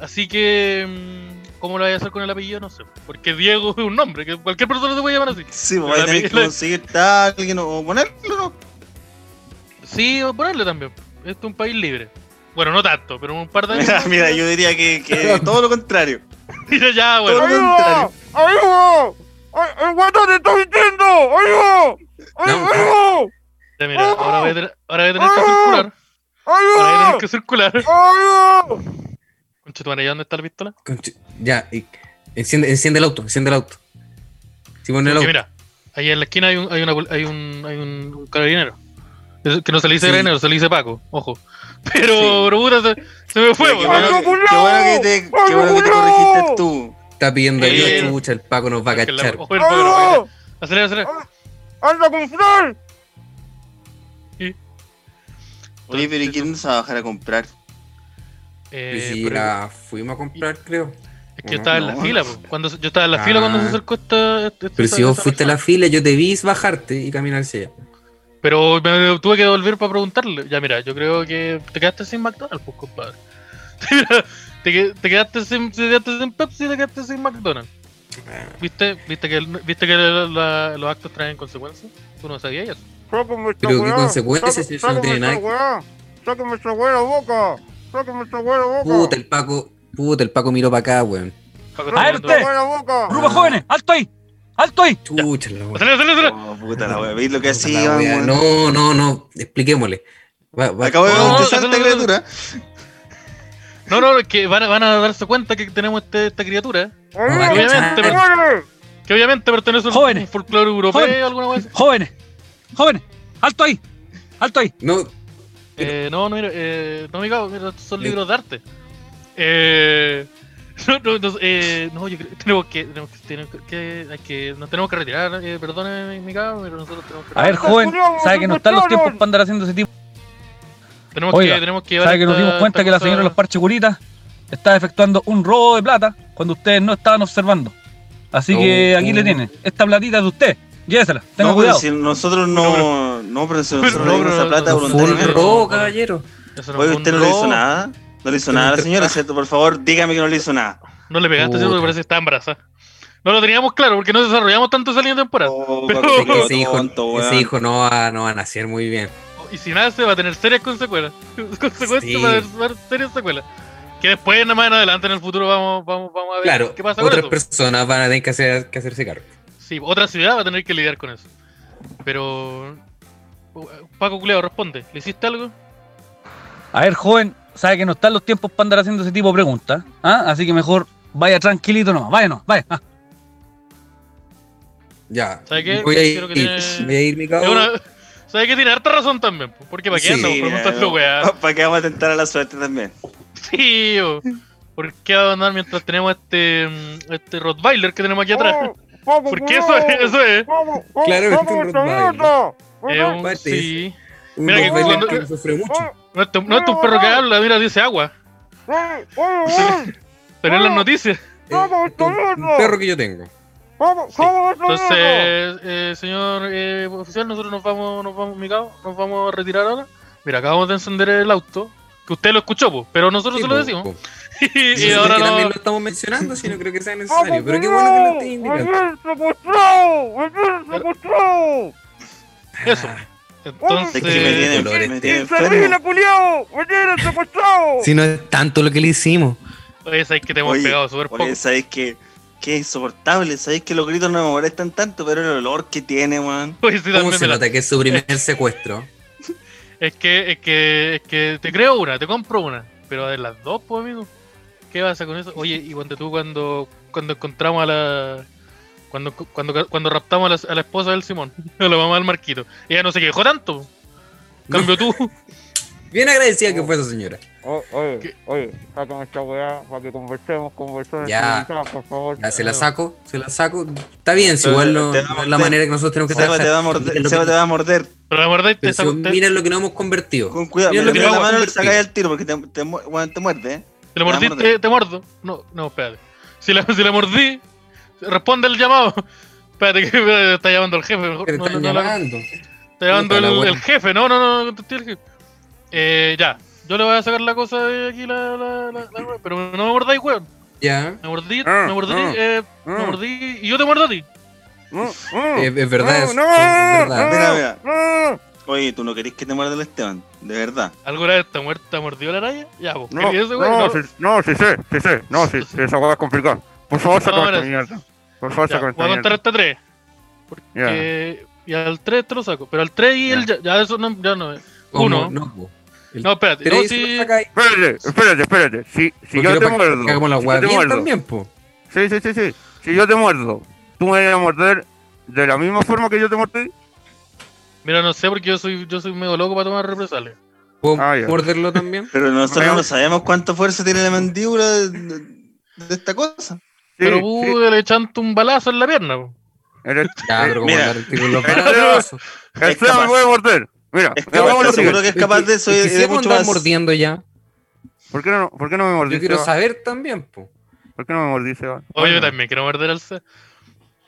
S3: Así que mm, ¿Cómo lo vaya a hacer con el apellido? No sé. Porque Diego es un nombre, que cualquier persona te puede llamar así.
S4: Sí, pues
S3: Pero
S4: vais a tener
S3: la-
S4: que conseguir a alguien o ponerlo,
S3: *laughs*
S4: ¿no? *laughs*
S3: Sí, o ponerle también. Este es un país libre. Bueno, no tanto, pero un par de años. más.
S4: *laughs* Mira, yo diría que, que todo lo contrario.
S3: *laughs* Mira, ya, bueno.
S4: Todo lo contrario.
S6: ¡Ayudo! ¡El guato te está mintiendo! ¡Ayudo!
S2: No.
S3: Ya, mira, ahora voy a tener, ahora voy a tener que circular. Ahora voy a tener que circular. Concha tu madre, ¿ya dónde está la pistola?
S2: Conche- Ya, y- enciende, enciende el auto, enciende el auto. Si pone el
S3: Porque
S2: auto.
S3: mira, ahí en la esquina hay un, hay una, pol- hay un, hay un, un carabinero. Es- Que no se le dice
S2: Sí.
S3: carabinero, se le dice Paco, ojo. Pero,
S4: Sí.
S3: pero puta, se, se me fue,
S4: Pero Qué
S3: weón.
S4: bueno, que- qué bueno que te, qué bueno que te corregiste tú.
S2: Está pidiendo ayuda,
S3: Eh.
S2: chucha, el Paco nos va a
S3: Porque la-
S2: cachar.
S3: ojo, el Paco, ojo, Acelera, acelera.
S6: ¡Oh! ¡Anda con Flor!
S4: Oye, pero ¿y quién nos va a bajar a comprar?
S2: Y
S3: Eh,
S2: si
S3: pero-
S2: la fuimos a comprar, creo.
S3: Es que yo estaba en la
S4: No.
S3: fila, po. cuando se- yo estaba en la fila cuando se
S2: Ah.
S3: acercó esta. esta-
S2: Pero
S3: esta-
S2: si vos
S3: esta
S2: fuiste a la
S3: persona.
S2: fila, yo te vi bajarte y caminar hacia allá.
S3: Pero me tuve que volver para preguntarle. Ya, mira, yo creo que te quedaste sin McDonald's, pues, compadre. *laughs* te, que- te quedaste sin, te quedaste sin Pepsi y te quedaste sin McDonald's. ¿Viste, viste que, el- viste que la- la- los actos traen consecuencias? Tú no sabías eso.
S2: Pero qué consecuencias, eso no tiene nada. que-
S6: ¡Sáqueme esa hueá boca! ¡Sáqueme esa hueá boca!
S2: Puta, el Paco, puta, el Paco miró para acá, weón.
S3: Paco,
S8: A ver
S3: te-
S8: usted.
S6: ¡Hueá boca!
S8: Grupo jóvenes, alto ahí, alto ahí.
S2: Chucha, la weón.
S3: ¡Acelera, acelera, acelera!
S4: Oh, puta la wea, ¿veis lo que
S2: La
S4: hacía?
S2: wea,
S4: weón?
S2: No, no, no, expliquémosle. Va- va-
S4: Acabo de ver
S3: No,
S4: un
S3: no,
S4: interesante
S3: no, no,
S4: criatura.
S3: No, no, es que van, a- van a darse cuenta que tenemos este- esta criatura,
S2: no va a
S3: obviamente,
S2: cachar.
S3: que obviamente pertenece a
S8: Jóvenes.
S3: un folclore europeo
S8: Jóvenes.
S3: alguna vez.
S8: Jóvenes, jóvenes, alto ahí, alto ahí.
S2: No,
S3: Eh, no, no, mira, eh, no, amigo, mira, estos son
S2: Eh.
S3: libros de arte. Eh, *laughs* no, no, no, eh, no, yo creo que tenemos que, tenemos que, tenemos que, hay que- nos tenemos que retirar, eh, perdone, mi cabo, pero nosotros tenemos que
S8: A ver, joven, sabe que no están los tiempos para andar haciendo ese tipo.
S3: tenemos
S8: oiga,
S3: que, tenemos que llevar
S8: Sabe que nos
S3: esta-
S8: dimos cuenta
S3: esta
S8: que la
S3: cosa-
S8: señora de los parches curitas está efectuando un robo de plata cuando ustedes no estaban observando. Así que
S2: No.
S8: aquí le tiene. Esta platita es de usted. Llévesela, tenga
S4: No, pero
S8: cuidado.
S4: si nosotros no. No, pero si nosotros
S3: No,
S4: no dimos
S3: pero
S4: esa plata
S3: no,
S2: fue un
S4: voluntariamente.
S2: robo, caballero.
S3: Eso no
S4: Oye,
S3: fue
S4: usted
S3: un
S4: no le
S3: robo.
S4: hizo nada. No le hizo nada a la señora, ¿cierto? Por favor, dígame que no le
S2: *laughs*
S4: hizo nada.
S3: No le pegaste, ¿cierto?
S2: Puta.
S3: Parece que está embarazada. No lo teníamos claro porque no desarrollamos tanto esa línea temporal.
S4: Oh,
S3: Pero-
S4: Paco,
S2: Así que
S4: qué
S2: ese
S4: tonto,
S2: hijo,
S4: weón.
S2: ese hijo no, va, no va a nacer muy bien.
S3: Y si nada, se va a tener serias consecuencias. *laughs* Consecuencias,
S2: Sí.
S3: va a haber- va a haber serias secuelas. Que después, nada más en adelante, en el futuro, vamos, vamos, vamos a ver
S2: Claro,
S3: qué pasa con
S2: otras
S3: eso.
S2: personas van a tener que, hacer, que hacerse cargo.
S3: Sí, otra ciudad va a tener que lidiar con eso. Pero. uh, Paco Culeo, responde. ¿Le hiciste algo?
S8: A ver, joven, sabe que no están los tiempos para andar haciendo ese tipo de preguntas. ¿ah? Así que mejor vaya tranquilito nomás. Vaya, no, vaya. ah.
S2: Ya.
S3: ¿Sabe qué?
S2: Voy a ir,
S3: Creo que tiene-
S2: voy a ir, mi
S3: Es
S2: cabo.
S3: una- *laughs* ¿Sabes que tiene harta razón también? po, Porque para qué
S2: Sí,
S3: andamos
S4: mira,
S3: preguntando,
S4: *laughs* no.
S3: weá.
S4: ¿Para qué vamos a tentar a la suerte también?
S3: Sí, po. ¿Por qué abandonar mientras tenemos este. mm, Este Rottweiler que tenemos aquí atrás? *laughs* Porque eso es. *laughs* Eso
S8: oh,
S3: es.
S2: Claro, es un Rottweiler.
S3: es un,
S2: Aparte
S3: sí.
S2: Un
S3: Mira que
S2: Rottweiler
S3: cuando-
S2: que sufre mucho.
S3: No es, tu- no es tu perro que habla, mira, dice agua. Tenés las noticias.
S2: Eh, un- un perro que yo tengo. *laughs*
S3: Entonces, eh, señor eh, oficial, nosotros nos vamos, nos vamos, mi cabo, nos vamos a retirar ahora. Mira, acabamos de encender el auto, que usted lo escuchó, po, pero nosotros se lo
S2: Sí, po,
S3: decimos.
S2: po.
S3: *laughs* y,
S2: Yo sé
S3: ahora
S2: que
S3: no-
S2: también lo estamos mencionando, si no creo que sea
S6: *laughs*
S2: necesario. Pero qué bueno que lo estés indicando.
S3: Eso.
S4: Es que me
S3: Entonces,
S4: tiene,
S2: Dolores.
S4: me tiene enfermo.
S2: Si no es tanto lo que le hicimos.
S3: oye, sabes pues, que te hemos
S4: Oye,
S3: pegado súper poco. *laughs*
S4: Oye, sabéis que. Qué insoportable, sabéis que los gritos no me molestan tanto, pero el olor que tiene, weón.
S3: Oye, Pues, sí,
S2: ¿Cómo
S3: también
S2: se
S3: me la- Eh.
S2: nota que es su primer secuestro?
S3: Es que, es que, es que te creo una, te compro una, pero de las dos, pues, amigo. ¿Qué pasa con eso? Oye, y cuando tú, cuando, cuando encontramos a la. Cuando, cuando, cuando raptamos a la, a la esposa del Simón, *laughs* a la mamá del Marquito, ella no se quejó tanto. En Cambio tú.
S2: Bien agradecida que fue esa señora.
S6: Oye, oye, sácame esta hueá para que conversemos, conversemos.
S2: Ya.
S6: civilizados, Por favor.
S2: Ya, se la saco, se la saco. Está bien, si igual no,
S4: Te
S2: no
S4: va a
S2: es la
S4: morder.
S2: manera que nosotros tenemos que
S4: Seba te va a
S2: trabajar. Miren *laughs*
S4: morder,
S2: lo
S4: Seba
S2: que-
S4: te va a morder.
S3: Pero la verdad es que
S2: pero si-
S3: esa cuestión-
S2: Miren lo que nos hemos convertido.
S4: Con cuidado,
S2: Mira
S4: mira,
S2: lo que
S4: mira
S2: hago
S4: la
S2: con
S4: mano y
S2: el
S4: le sacáis
S2: pie.
S4: el tiro porque te, te, mu- weón, te muerde, ¿eh?
S3: ¿Te la
S4: Ya,
S3: mordí?
S4: muerde.
S3: Te, te muerdo? No, no, espérate. Si la, si la mordí, responde el llamado. Espérate, que *laughs* espérate, está llamando el jefe. Mejor.
S2: Te
S3: no,
S2: están
S3: no, no,
S2: llamando.
S3: está llamando
S2: Puta la
S3: el,
S2: wea.
S3: el jefe. No, no, no, no contesté el jefe. Eh, ya, yo le voy a sacar la cosa de aquí, la, la, la, la wea, pero no me mordáis, weón.
S2: Ya.
S3: Me mordí,
S6: Ah,
S3: me mordí,
S6: ah,
S3: eh, me
S6: ah.
S3: mordí y yo te muerdo a ti.
S6: mm,
S2: Es, es verdad, es,
S6: No,
S2: es verdad.
S4: Mira, mira.
S6: no,
S4: Oye, tú no querés que te muerda el Esteban, de verdad.
S3: ¿Alguna vez te muerto, te mordió la araña? Ya, vos.
S6: no,
S3: ¿querías ese,
S6: no,
S3: güey?
S6: no, sí, no, sí sé, sí sé, no,
S3: *laughs*
S6: sí, sí, esa hueá es complicada. Por favor, saca
S3: No,
S6: esta
S3: mira.
S6: mierda. Por favor,
S3: Ya,
S6: saca
S3: voy
S6: esta
S3: a contar
S6: mierda.
S3: hasta tres.
S6: Ya.
S3: Eh, y al tres te lo saco. Pero al tres y
S2: Ya.
S3: el ya, ya eso no, ya no. eh.
S2: ¿Cómo
S3: Uno.
S2: No, po. El
S3: No, espérate.
S2: tres
S3: no,
S2: se lo
S3: sí,
S2: saca ahí,
S6: Espérate, espérate, espérate. Si, si
S2: porque
S6: yo
S2: no
S6: te
S2: pa' que
S6: muerdo.
S2: Hagamos la
S6: si
S2: hueá
S6: yo te
S2: bien
S6: muerdo,
S2: también, po.
S6: Sí, sí, sí, sí. Si yo te muerdo, tú me vas a morder de la misma forma que yo te mordí.
S3: Mira, no sé porque yo soy, yo soy medio loco para tomar represalias.
S2: ¿Puedo
S6: Ah, ya.
S2: morderlo también?
S4: Pero nosotros
S6: Bueno.
S4: no sabemos cuánta fuerza tiene la mandíbula de, de esta cosa.
S6: Sí,
S3: pero
S6: sí.
S3: pude le echante un balazo en la pierna. po. *laughs*
S6: El,
S2: Ya, pero como
S4: Eh, Mira.
S2: andar el
S4: *laughs*
S2: tío en los
S6: Pero-
S2: brazos.
S6: el
S4: Es capaz.
S6: me puede morder. Mira,
S4: Es capaz,
S6: hagamos
S4: te
S6: lo
S4: aseguro
S6: siguiente.
S4: que es capaz de eso y,
S2: Es que
S4: y
S2: si
S4: de
S2: vamos a
S4: mucho
S2: andar
S4: más.
S2: mordiendo ya,
S6: ¿Por qué no, por qué no me mordí?
S2: yo quiero
S6: Seba?
S2: saber también, po.
S6: ¿Por qué no me mordí, Seba?
S3: Oye, yo
S6: Bueno.
S3: también quiero morder al C.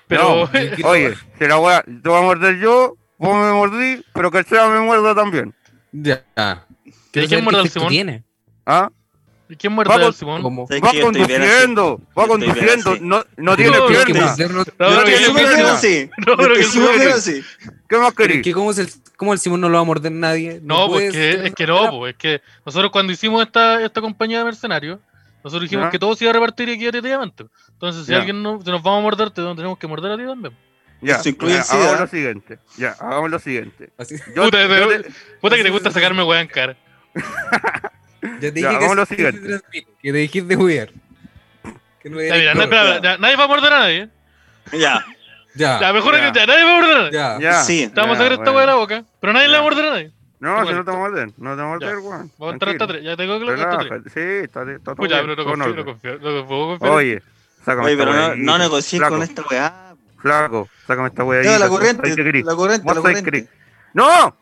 S3: Pero,
S2: Yo quiero-
S6: Oye, si la voy a, te voy a morder yo, vos me mordí, pero que el Seba me muerda también.
S2: Ya.
S3: ¿Y
S2: Quiero
S3: quién
S2: saber
S3: muerde
S2: qué
S3: al
S2: efecto
S3: Simón?
S2: tiene.
S6: ¿Ah?
S3: ¿y quién muerde
S6: Vamos.
S3: al Simón?
S2: Como...
S4: ¿Sabes
S6: Va
S4: que yo estoy bien así?
S6: conduciendo, va
S4: Yo estoy bien
S6: conduciendo,
S4: así.
S6: no, no
S2: Yo
S6: tiene
S2: creo que
S6: pierna.
S2: morderlo-
S3: No,
S4: Yo
S3: pero
S4: estoy
S3: que
S6: tiene
S4: súper
S3: yo-
S4: bien
S6: pierna.
S4: así.
S3: No,
S4: Yo
S3: pero
S4: estoy
S3: que
S4: súper
S3: yo-
S4: bien así.
S6: ¿Qué más
S2: Pero es
S6: querís?
S2: que como es el, cómo el Simón no lo va a morder nadie.
S3: No,
S2: puedes-
S3: porque es que no, po, es que nosotros cuando hicimos esta, esta compañía de mercenarios, nosotros dijimos
S6: Ya.
S3: que todo se iba a repartir y que era diamante. Entonces, si
S6: Ya.
S3: alguien no, si nos vamos a morder, te tenemos que morder a ti también.
S6: Ya,
S4: Eso incluye
S6: ya,
S4: el SIDA.
S6: hagamos lo siguiente. Ya, hagamos lo siguiente.
S2: Así-
S6: Yo,
S3: Puta,
S6: yo
S3: pero-
S6: te-
S3: Puta que te gusta sacarme weá en cara.
S6: eh,
S2: ya te dije
S6: Ya,
S2: que,
S6: hagamos lo
S2: sí
S6: siguiente.
S2: te transmite, que te dijiste de jugar. Que no me
S3: Ya, mira,
S2: digas-
S3: na- espera, espera, ya, nadie va a morder a nadie.
S4: Ya,
S2: ya,
S3: La mejor
S6: Ah, ya.
S3: es que ya, nadie va a morder a nadie.
S2: ya,
S6: ya.
S4: sí.
S3: Te vamos a
S6: Ya,
S3: sacar esta
S6: bueno.
S3: weá de la boca, pero nadie le va a
S6: Ya.
S3: morder a nadie.
S6: No, si no te
S3: Igualito.
S6: muerden, no te muerden, weón.
S3: Vamos a estar hasta
S6: Tranquilo.
S3: tres. Ya tengo que lo hasta tres.
S6: Relájate. Sí, está, está todo
S3: Pucha,
S6: bien,
S3: pero no
S6: todo en
S3: confío, no
S6: orden.
S3: confío, no confío. confío.
S6: Oye, sácame
S4: Oye,
S6: esta
S4: pero
S6: weá
S4: no,
S6: de
S4: no
S6: ahí.
S4: negocies
S6: Flaco,
S4: con esta weá.
S6: Flaco, sácame esta weá de
S4: Lleva
S6: ahí,
S4: la
S6: flaco.
S4: corriente,
S6: ¿Sabes qué querís?
S4: la corriente,
S6: Vos
S4: la
S6: sabés
S4: corriente. Ah,
S6: qué querís. ¡No!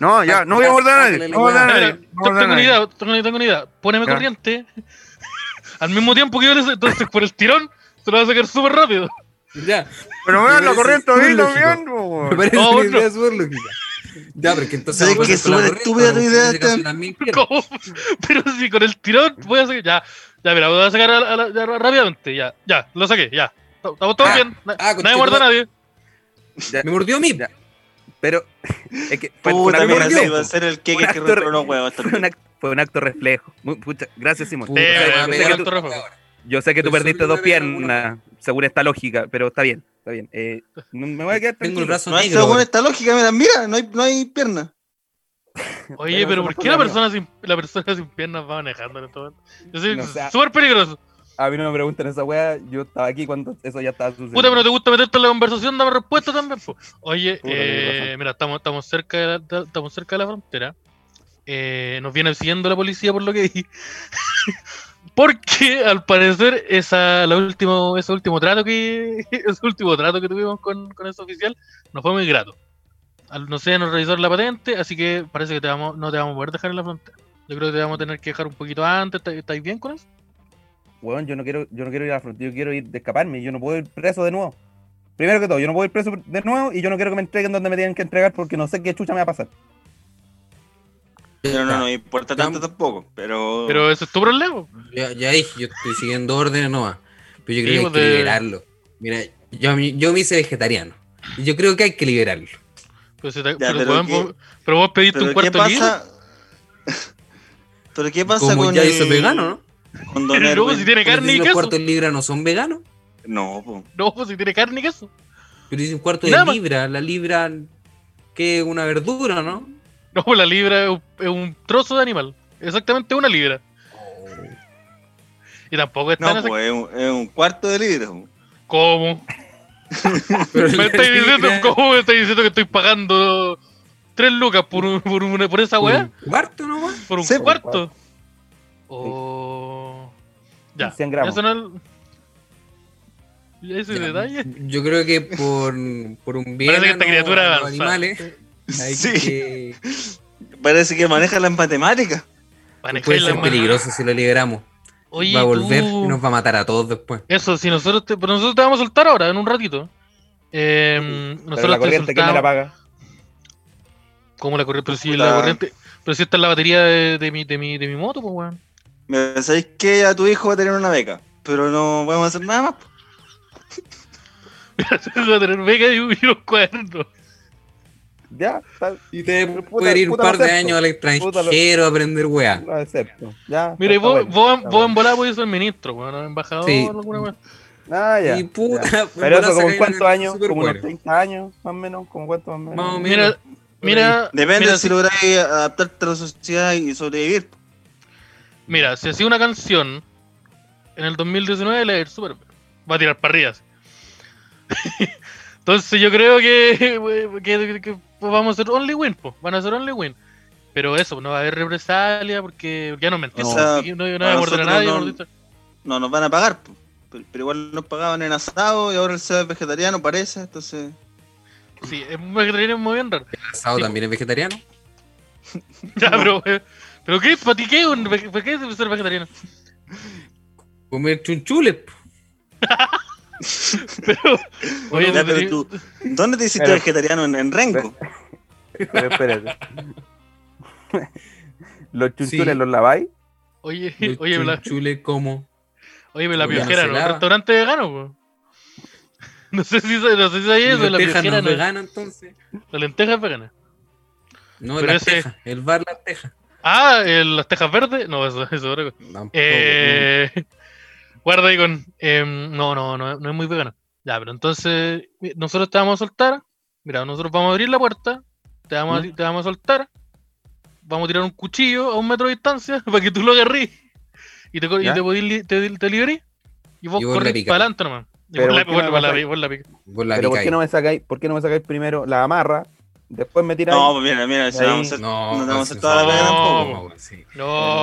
S6: No, ya, no voy a morder a nadie. No voy a morder a
S3: Espera,
S6: nadie. No voy a morder a
S3: tengo una
S6: nadie.
S3: idea, tengo una- tengo una idea. Póneme
S6: Ya.
S3: corriente. *laughs* Al mismo tiempo que yo les. Entonces, por el tirón, te lo vas a sacar súper rápido. *laughs*
S2: ya.
S6: Pero me
S2: Me
S6: dan la
S2: parece
S6: corriente a mí
S2: ilógico.
S6: también,
S2: Me
S6: weón.
S2: parece
S3: No,
S2: una
S3: otro.
S2: idea súper lógica. Ya, pero que entonces.
S4: ¿Sabes
S2: vamos
S4: qué?
S2: a hacer con la
S4: Súper
S2: corriente,
S4: estúpida tu
S2: porque
S4: idea,
S2: en ese caso
S4: Esteban.
S2: también quiero.
S3: ¿Cómo? Pero si con el tirón voy a sacar. Ya, ya, mira, voy a sacar a la- a la- ya, rápidamente. Ya, ya, lo saqué, ya. Estamos todos
S6: Ah,
S3: bien. na-
S2: ah,
S3: nadie muerde a nadie.
S2: Me mordió a mí.
S6: Ya. Pero es que fue, fue
S4: Puta,
S6: un,
S4: mira,
S6: acto,
S2: mordió,
S4: se va a hacer el
S6: Fue
S4: queque
S6: un
S4: que
S6: acto re-
S4: rompió los huevos. esta
S6: fue un
S4: mierda.
S6: acto- fue un acto reflejo. Muy- pucha, gracias, Simón.
S2: Puta,
S6: Yo sé-
S3: Eh,
S6: yo,
S2: me
S6: sé que
S2: agarró
S6: tú,
S3: todo rápido.
S6: yo sé que tú
S2: Pero
S6: perdiste
S2: solo
S6: dos
S2: me pegaron una.
S6: piernas, según esta lógica, pero está bien, está bien. Eh, no- me voy a quedar
S2: Tengo el
S6: tranquilo.
S2: brazo
S4: No hay
S2: negro.
S4: según
S2: ahora.
S4: esta lógica, mira, mira, no hay, no hay pierna.
S3: Oye,
S6: Pero
S3: pero
S6: no
S3: ¿por
S6: se
S3: qué la
S6: puede,
S3: persona sin, la persona sin piernas va manejando en este momento? Yo soy
S6: No, o sea-
S3: súper peligroso.
S6: A mí no me preguntan esa weá, yo estaba aquí cuando eso ya estaba sucediendo.
S3: Puta, pero te gusta meterte en la conversación, dame respuesta también. po. Oye,
S6: Puta,
S3: eh,
S6: tenés razón.
S3: mira, estamos, estamos, cerca de la, ta- estamos cerca de la frontera. Eh, nos viene siguiendo la policía por lo que vi. *laughs* Porque al parecer esa, la último, ese último trato que *laughs* ese último trato que tuvimos con, con ese oficial no fue muy grato. Al- no sé, nos revisaron la patente, así que parece que te vamos, no te vamos a poder dejar en la frontera. Yo creo que te vamos a tener que dejar un poquito antes. ¿Está- ¿Estáis bien con eso?
S6: Weón, yo no quiero, yo no quiero ir a la frontera, yo quiero ir de escaparme, yo no puedo ir preso de nuevo. Primero que todo, yo no puedo ir preso de nuevo y yo no quiero que me entreguen donde me tienen que entregar porque no sé qué chucha me va a pasar.
S4: Pero no, no importa
S2: Ya.
S4: tanto tampoco. Pero.
S3: Pero ese es tu problema.
S2: Ya, ya dije, yo estoy siguiendo órdenes nomás. Pero yo creo
S3: Sí,
S2: que hay
S3: pues
S2: que
S3: de-
S2: liberarlo. Mira, yo, yo me hice vegetariano. Y yo creo que hay que liberarlo.
S3: Pero, si te-
S4: Ya,
S3: Pues pero,
S4: pero
S3: weón,
S4: ¿qué-
S3: vos, pero vos pediste un
S4: ¿Pero qué
S3: cuarto libre.
S4: pasa? *laughs* ¿Pero qué pasa
S2: Como
S4: con
S2: ya
S4: el...
S2: hizo vegano, ¿no?
S4: Con Don
S3: Pero luego
S4: Erwin?
S3: si tiene
S2: Pero
S3: carne
S2: si
S3: y
S2: los
S3: queso.
S2: cuartos de libra no son veganos.
S4: No, po.
S3: No, pues si tiene carne y queso.
S2: Pero dice un cuarto
S3: Nada
S2: de
S3: más.
S2: libra. La libra que es una verdura, ¿no?
S3: No, pues la libra es un, es un trozo de animal. Exactamente una libra. Y tampoco es tan
S4: No, pues.
S3: así
S4: po, es un, es un cuarto de libra. po. *laughs*
S3: como.
S2: Pero
S3: Me
S2: la
S3: estáis diciendo,
S2: libra-
S3: ¿Cómo me estáis diciendo que estoy pagando tres lucas por, un- por, una- por esa
S2: por
S3: weá?
S2: un Cuarto nomás.
S3: Por un
S4: Sí,
S6: por un
S3: cuarto. O. Ya.
S6: 100 gramos.
S3: Eso no- Ese
S2: Ya,
S3: detalle.
S2: Yo creo que por, por un bien
S3: Parece que esta
S2: a
S3: criatura
S2: los- a los
S3: avanzada.
S2: animales hay
S4: Sí,
S2: que
S4: parece que maneja las matemáticas.
S2: puede
S3: Manejáis *laughs* la
S2: ser
S3: mano.
S2: peligroso si lo liberamos.
S3: Oye,
S2: va a volver
S3: tú-
S2: y nos va a matar a todos después.
S3: Eso, si nosotros te, pero nosotros te vamos a soltar ahora, en un ratito. Eh,
S6: Pero la
S3: nosotros te
S6: corriente, ¿quién me la
S3: soltamos.
S6: paga?
S3: ¿Cómo la corriente? Pero si
S4: Puta.
S3: la corriente. Pero si esta es la batería de, de mi, de mi, de mi moto, pues weón. *laughs*
S4: Mira, ¿Sabéis que a tu hijo va a tener una beca? pero no vamos a hacer nada más. po.
S3: Voy a tener mega y un- y unos cuadernos.
S6: Ya, está,
S2: Y te
S6: Pero puta,
S2: puede ir un
S6: puta,
S2: par
S6: lo
S2: de
S6: acepto.
S2: años al
S6: Puta, lo-
S2: extranjero a aprender weá.
S6: lo acepto. Ya,
S3: Mira, y
S6: está
S3: vos,
S6: bueno,
S3: vos, pues, vos
S6: está
S3: en
S6: bueno.
S3: volada podés ser ministro, bueno, embajador
S2: Sí.
S3: o alguna weá.
S6: Ah, ya,
S2: Y puta, *laughs*
S6: ya.
S2: en
S6: Pero
S2: volada
S6: eso, ¿como
S2: sacáis
S6: cuántos
S2: una-
S6: años?
S2: súper
S6: Como unos
S2: bueno.
S6: 30 años, más o menos. ¿Como cuántos más o menos?
S2: Más o menos.
S3: Mira, mira,
S4: Depende
S3: mira,
S4: de si lográis adaptarte a la sociedad y sobrevivir.
S3: Mira, si hacía una canción en el 2019, le va a ir súper bien. Va a tirar parrillas. *laughs* Entonces yo creo que, *laughs* que- que pues, vamos a hacer Only Win, po. van a hacer Only Win. Pero eso, pues, no va a haber represalia porque ya no mentimos.
S4: No.
S3: No, no, no voy a morder a
S4: Nosotros
S3: nadie.
S4: no-
S3: por dicho.
S4: No nos van a pagar, po. pero, pero igual nos pagaban en asado y ahora el SEA es vegetariano, parece. Entonces,
S3: Sí, es un vegetariano muy
S4: *laughs*
S3: bien raro.
S2: El asado
S3: Sí.
S2: también es vegetariano.
S3: Ya, pero, eh, pero ¿qué? ¿Para ti qué? es un vege- ¿Para qué es ser vegetariano?
S2: Comer chunchules. po.
S3: Pero, oye,
S4: Ya,
S3: sí,
S4: pero tú, ¿dónde te hiciste
S6: Pero-
S4: vegetariano en, en Renco?
S6: Pero espérate. ¿Los chunchules
S2: Sí.
S6: los laváis?
S3: oye,
S2: Los
S3: *laughs* oye, me la-
S2: chunchules como.
S3: Oye, pero la
S2: Como ya no
S3: piojera,
S2: se
S3: ¿no?
S2: lava.
S3: Restaurante vegano, po. *laughs* No sé si, sa- no sé si sabía eso,
S2: ¿Y
S3: la
S2: lentejas no
S3: piojera
S2: es
S3: no.
S2: vegano entonces?
S3: La lenteja es vegana.
S2: No,
S3: Pero
S2: las
S3: ese-
S2: tejas. El bar las tejas.
S3: Ah, eh, las tejas verdes. No, eso eso es otra cosa.
S2: Tampoco,
S3: Eh, guarda ahí con. em, no, no, no, es- no es muy vegano. Ya, pero entonces, mi- nosotros te vamos a soltar. Mira, nosotros vamos a abrir la puerta. Te vamos, a, te vamos a soltar. Vamos a tirar un cuchillo a un metro de distancia *laughs* para que tú lo agarrís. Y te, co- y
S6: ¿Ya?
S3: te, podís li- te, te liberís. Y vos
S2: Y vos la
S3: corrís
S2: picas.
S3: para adelante nomás. Y
S6: Pero
S3: vos la,
S6: ¿por qué no
S3: vos
S6: la
S3: la-
S6: matáis?
S3: vos la picas.
S2: Vos la
S6: Pero ¿por qué,
S2: picáis.
S6: no me sacáis, ¿por qué no me sacáis primero la amarra? Después me tiráis.
S4: No, pues mira, mira, si
S6: Ahí.
S4: vamos a hacer,
S2: No,
S4: no te vamos a
S2: sí,
S4: hacer toda la
S2: no,
S4: pega
S3: tampoco.
S2: no, weón, sí.
S3: No,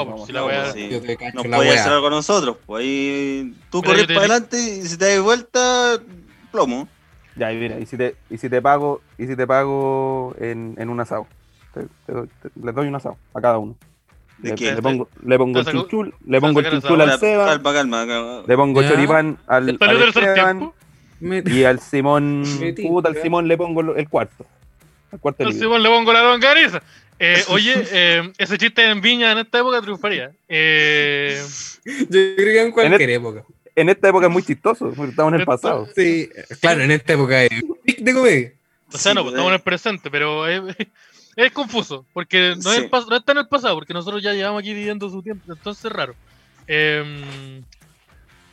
S6: Pero
S3: pues, si
S6: no,
S3: la
S4: no,
S3: weá.
S4: pues, sí.
S2: Yo te cacho
S4: No
S2: la
S4: podías
S2: weá.
S4: hacer algo con nosotros, pues ahí tú
S3: Pero
S4: corres
S3: yo te
S4: para
S3: digo-
S4: adelante y si te das vuelta, plomo.
S6: Ya, y mira, y si te, y si te pago, y si te pago en, en un asado. Te- te doy- te- les doy un asado a cada uno.
S4: ¿De
S6: le,
S4: qué?
S6: le pongo, le pongo el
S3: Te saco-
S6: chunchul, le pongo el
S3: sacar el
S6: chunchul
S3: sabor
S6: al
S4: Ahora, Calma,
S6: Seba,
S4: calma. calma.
S6: le pongo
S2: Ya.
S6: choripán al,
S3: Salió
S6: al
S3: del
S6: Esteban,
S3: tiempo.
S2: Me-
S6: y al Simón,
S2: Metí,
S6: puta, al
S2: ya.
S6: Simón le pongo lo- el cuarto. El cuarto
S3: Al
S6: libre.
S3: Simón le pongo la longaniza.
S4: *laughs*
S3: Eh, oye, eh, ese chiste en Viña en esta época triunfaría. Eh,
S2: Yo creo que en cualquier
S6: En este-
S2: época.
S6: En esta época es muy chistoso, porque estamos en el pasado.
S2: Sí, eh, claro, en esta época es pic de comedia.
S3: o sea,
S4: Sí,
S3: no, pues,
S4: pues,
S3: estamos en
S4: eh.
S3: el presente, pero es, *laughs* es confuso, porque no, es
S4: Sí.
S3: el pas- no está en el pasado, porque nosotros ya llevamos aquí viviendo su tiempo, entonces es raro. Eh,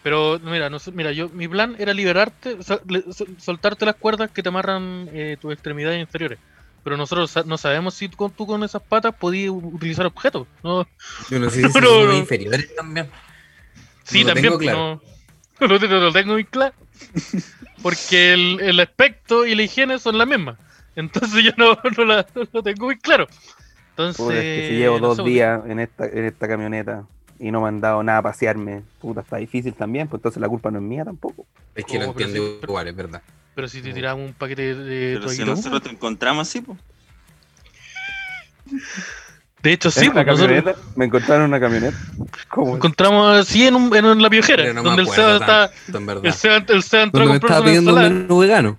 S3: pero mira, no, sé- mira yo, mi plan era liberarte, sol- le- sol- soltarte las cuerdas que te amarran eh, tus extremidades inferiores. Pero nosotros sa- no sabemos si tú con, tú con esas patas podías utilizar objetos. No,
S2: Yo no sé si
S3: *laughs* No,
S2: son
S3: no,
S2: los
S3: no.
S2: inferiores también.
S3: Sí,
S2: No lo
S3: también.
S2: tengo claro.
S3: No, *laughs* no, te- no lo tengo muy claro. Porque el, el aspecto y la higiene son las mismas. Entonces *laughs* yo no, no la, no lo tengo muy claro. Entonces.
S6: Puta, es que si llevo
S3: no
S6: dos
S3: sé,
S6: días en esta, en esta camioneta y no me han dado nada a pasearme, puta, está difícil también, pues entonces la culpa no es mía tampoco.
S2: Es que lo
S3: Oh, pero
S2: entiendo
S3: sí.
S2: igual, es verdad.
S3: Pero si te tiramos un paquete de
S4: Pero si
S3: toallita húmeda.
S4: nosotros te encontramos así, pues.
S3: De hecho, sí,
S6: En una
S3: pues, nosotros
S6: camioneta, me encontraron en una camioneta. ¿Cómo?
S3: encontramos así en, un, en un- la piojera.
S2: Pero no me
S3: donde el
S2: acuerdo
S3: Seba está.
S2: tanto, en
S3: El
S2: verdad.
S3: Seba, el Seba entró a
S2: Cuando me
S3: comprar
S2: estaba
S3: una
S2: pidiendo
S3: ensalada.
S2: un menú vegano.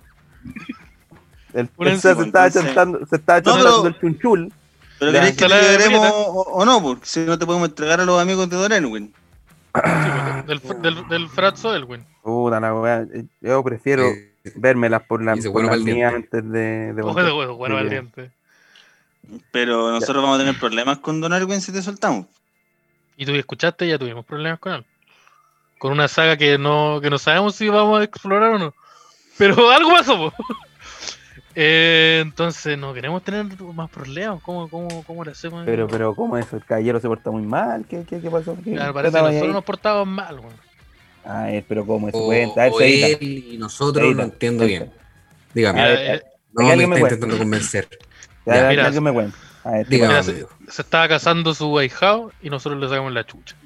S6: El,
S3: Una
S6: el Seba se estaba
S4: entonces-
S6: chantando, se estaba
S4: No, pero-
S6: chantando el chunchul.
S4: Pero
S6: Ya.
S4: queréis que
S3: Sala
S4: te
S3: de
S4: liberemos
S3: Brita.
S4: o, o no, porque si no te podemos entregar a los amigos de Dorenwin.
S3: Del, pues, del, del, del Frat Sodelwin.
S6: Puta la weá, yo prefiero
S2: Eh,
S6: vermelas por la,
S2: Y se
S6: por
S2: bueno
S6: las
S2: pa'l
S6: mías
S2: diente.
S6: antes de, de
S3: Ojo
S6: volver.
S3: de huevo, bueno,
S6: Sí,
S3: al
S6: ya.
S3: diente.
S4: Pero nosotros vamos a tener problemas con Don Erwin si te soltamos.
S3: Y tú escuchaste, ya tuvimos problemas con él. Con una saga que no, que no sabemos si vamos a explorar o no. Pero *laughs* algo pasó, po. Eh, entonces, no queremos tener más problemas. ¿Cómo, cómo, cómo le hacemos?
S6: Pero, pero, ¿cómo es eso? El caballero se porta muy mal. ¿Qué, qué, qué pasó? ¿Qué-
S3: Claro,
S6: qué
S3: parece que
S6: estaba ahí?
S3: nosotros nos portábamos mal, weón.
S6: Ah, eh, pero, ¿cómo es?
S2: O,
S6: Cuenta. A ver,
S2: o
S6: Cevita,
S2: él y nosotros
S6: Seita,
S2: no entiendo
S6: Seita.
S2: bien. Dígame.
S6: A ver,
S3: Mira, eh,
S2: no me
S6: alguien me
S2: está
S6: cuente.
S2: intentando *laughs* convencer.
S6: ya,
S2: ya,
S6: ya,
S3: mira.
S6: alguien me cuenta. A ver, ¿qué
S2: Dígame,
S3: Mira,
S6: pasó?
S2: amigo.
S3: se estaba casando su ahijado y nosotros le sacamos la chucha.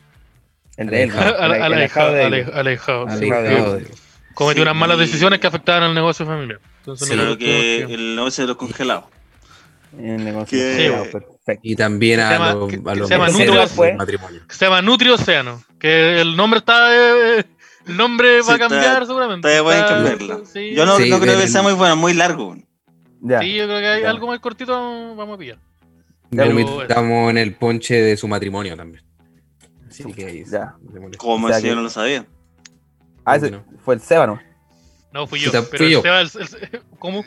S6: El de él.
S2: Al-
S3: *laughs*
S6: ¿no?
S3: Al
S6: El
S3: al ahijado,
S6: alejado Ah, de
S3: al
S6: él.
S3: al ahijado.
S6: Al
S3: sí.
S6: ahijado de él.
S3: Cometió
S4: Sí,
S3: unas malas
S4: y-
S3: decisiones que afectaban al negocio familiar. Entonces,
S2: Sí,
S4: Pero
S3: nosotros tuvimos
S4: que
S3: que-
S4: el negocio de los congelados.
S6: El negocio.
S4: Que-
S6: congelado, Perfecto.
S2: Y también
S3: Se
S2: a
S3: llama-
S2: los
S3: que-
S2: a
S3: que
S2: los
S3: se llama
S2: meseros
S6: Nutrios, pues.
S2: del matrimonio.
S3: que se llama Nutri Océano. Que el nombre está. eh, el nombre
S4: Sí,
S3: va a
S4: está-
S3: cambiar seguramente.
S4: Ustedes pueden
S3: Está-
S4: cambiarla.
S3: sí,
S4: Yo no,
S2: Sí,
S4: no creo que
S2: pero-
S4: sea muy bueno, muy largo.
S6: Ya.
S3: Sí, yo creo que hay
S6: Ya.
S3: algo más cortito vamos a pillar.
S2: Lo
S3: Pero-
S2: invitamos en el ponche de su matrimonio también. Así que ahí
S6: Ya.
S2: se molesta.
S4: Como
S6: O sea
S4: si yo
S6: que-
S4: no lo sabía.
S6: Ah,
S2: ¿Cómo
S6: ese
S2: que no?
S6: fue el Seba, ¿no?
S3: No, fui yo.
S2: Puta,
S3: pero
S2: fui
S3: el
S2: yo.
S3: Seba, el- el- ¿Cómo?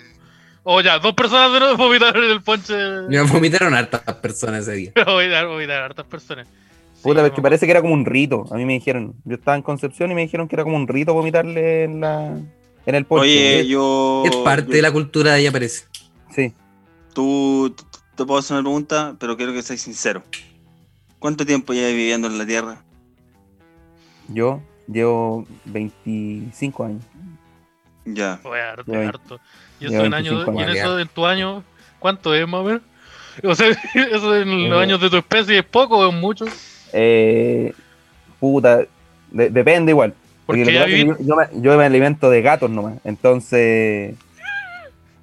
S3: Oh, ya, dos personas de nuevo *laughs* vomitaron el ponche.
S2: Me vomitaron hartas personas ese día.
S3: Vomitar, vomitar, hartas personas. Sí, no
S6: Puta, pero es que
S3: me acuerdo.
S6: parece que era como un rito. A mí me dijeron, yo estaba en Concepción y me dijeron que era como un rito vomitarle en la en el ponche.
S4: Oye, yo.
S3: Oh,
S2: Es parte
S4: yo-
S2: de la cultura de ella, parece.
S6: Sí.
S4: Tú, tú- te puedo hacer una pregunta, pero quiero que seas sincero. ¿Cuánto tiempo llevas viviendo en la Tierra?
S6: Yo llevo 25 años.
S4: Ya.
S3: Voy a harto,
S6: Ya ve-
S3: harto. Y
S6: ya
S3: eso en años,
S6: 25
S3: y en
S2: años.
S3: eso de tu año, ¿cuánto es más o menos? O sea, *laughs* eso en los
S6: Eh.
S3: años de tu especie es poco o es mucho.
S6: Eh, puta, de- depende igual. Porque
S3: Porque
S6: lo que
S3: ya
S6: pasa es que
S3: viví.
S6: yo, yo me, yo me alimento de gatos nomás. Entonces,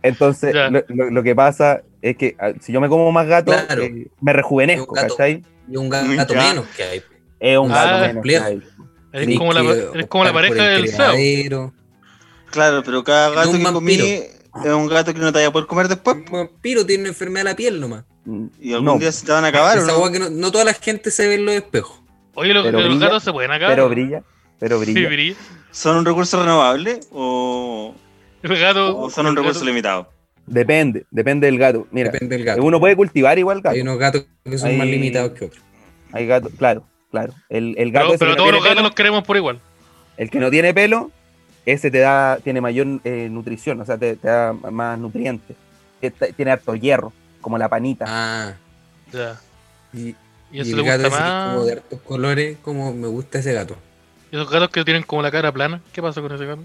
S6: entonces
S3: Ya.
S6: lo, lo- lo que pasa es que ah, si yo me como más gatos,
S2: Claro.
S6: eh, me rejuvenezco,
S2: Un gato.
S6: ¿cachai?
S2: Y un gato
S4: Ya.
S2: menos que hay.
S6: Es un
S3: Ah,
S6: gato menos.
S2: complejo.
S6: ¿cachai?
S3: Eres
S6: Sí,
S3: como la,
S2: Tienes que
S3: eres como la
S2: optar por
S3: pareja
S2: el
S3: del CEO.
S2: criadero.
S4: Claro, pero cada
S2: Es
S4: gato
S2: un
S4: que comí
S2: vampiro.
S4: es un gato que no te vaya a poder
S2: *laughs*
S4: comer después.
S2: Un vampiro tiene una enfermedad de la piel nomás.
S4: Y algún
S6: Mm, No,
S4: día se te van a acabar, ¿o
S2: Esa
S4: no?
S2: hueá que no, no toda la gente se ve en los espejos.
S3: Oye, los,
S6: Pero
S3: los
S6: brilla,
S3: gatos se pueden acabar.
S6: pero brilla, pero
S3: Sí,
S6: brilla.
S3: brilla.
S4: ¿Son un recurso renovable o,
S3: El gato.
S4: o Oh, son un
S3: el
S4: recurso
S3: gato-
S4: limitado?
S6: Depende, depende del gato. Mira,
S2: Depende del gato.
S6: uno puede cultivar igual gato.
S2: Hay unos gatos que son
S6: Hay-
S2: más limitados que otros.
S6: Hay gatos, claro, claro. El, el gato
S3: Pero,
S6: ese
S3: pero todos los
S6: que no tiene
S3: gatos
S6: pelo,
S3: los queremos por igual.
S6: el que no tiene pelo, ese te da, tiene mayor eh, nutrición, o sea, te, te da más nutrientes. Este- Tiene harto hierro, como la panita.
S2: Ah.
S3: Ya.
S2: Y,
S3: Y
S2: y
S3: eso
S2: el
S3: le
S2: gato ese que
S3: gusta
S2: es como
S3: más.
S2: de hartos colores, como me gusta ese gato.
S3: Y esos gatos que tienen como la cara plana. ¿Qué pasó con ese gato?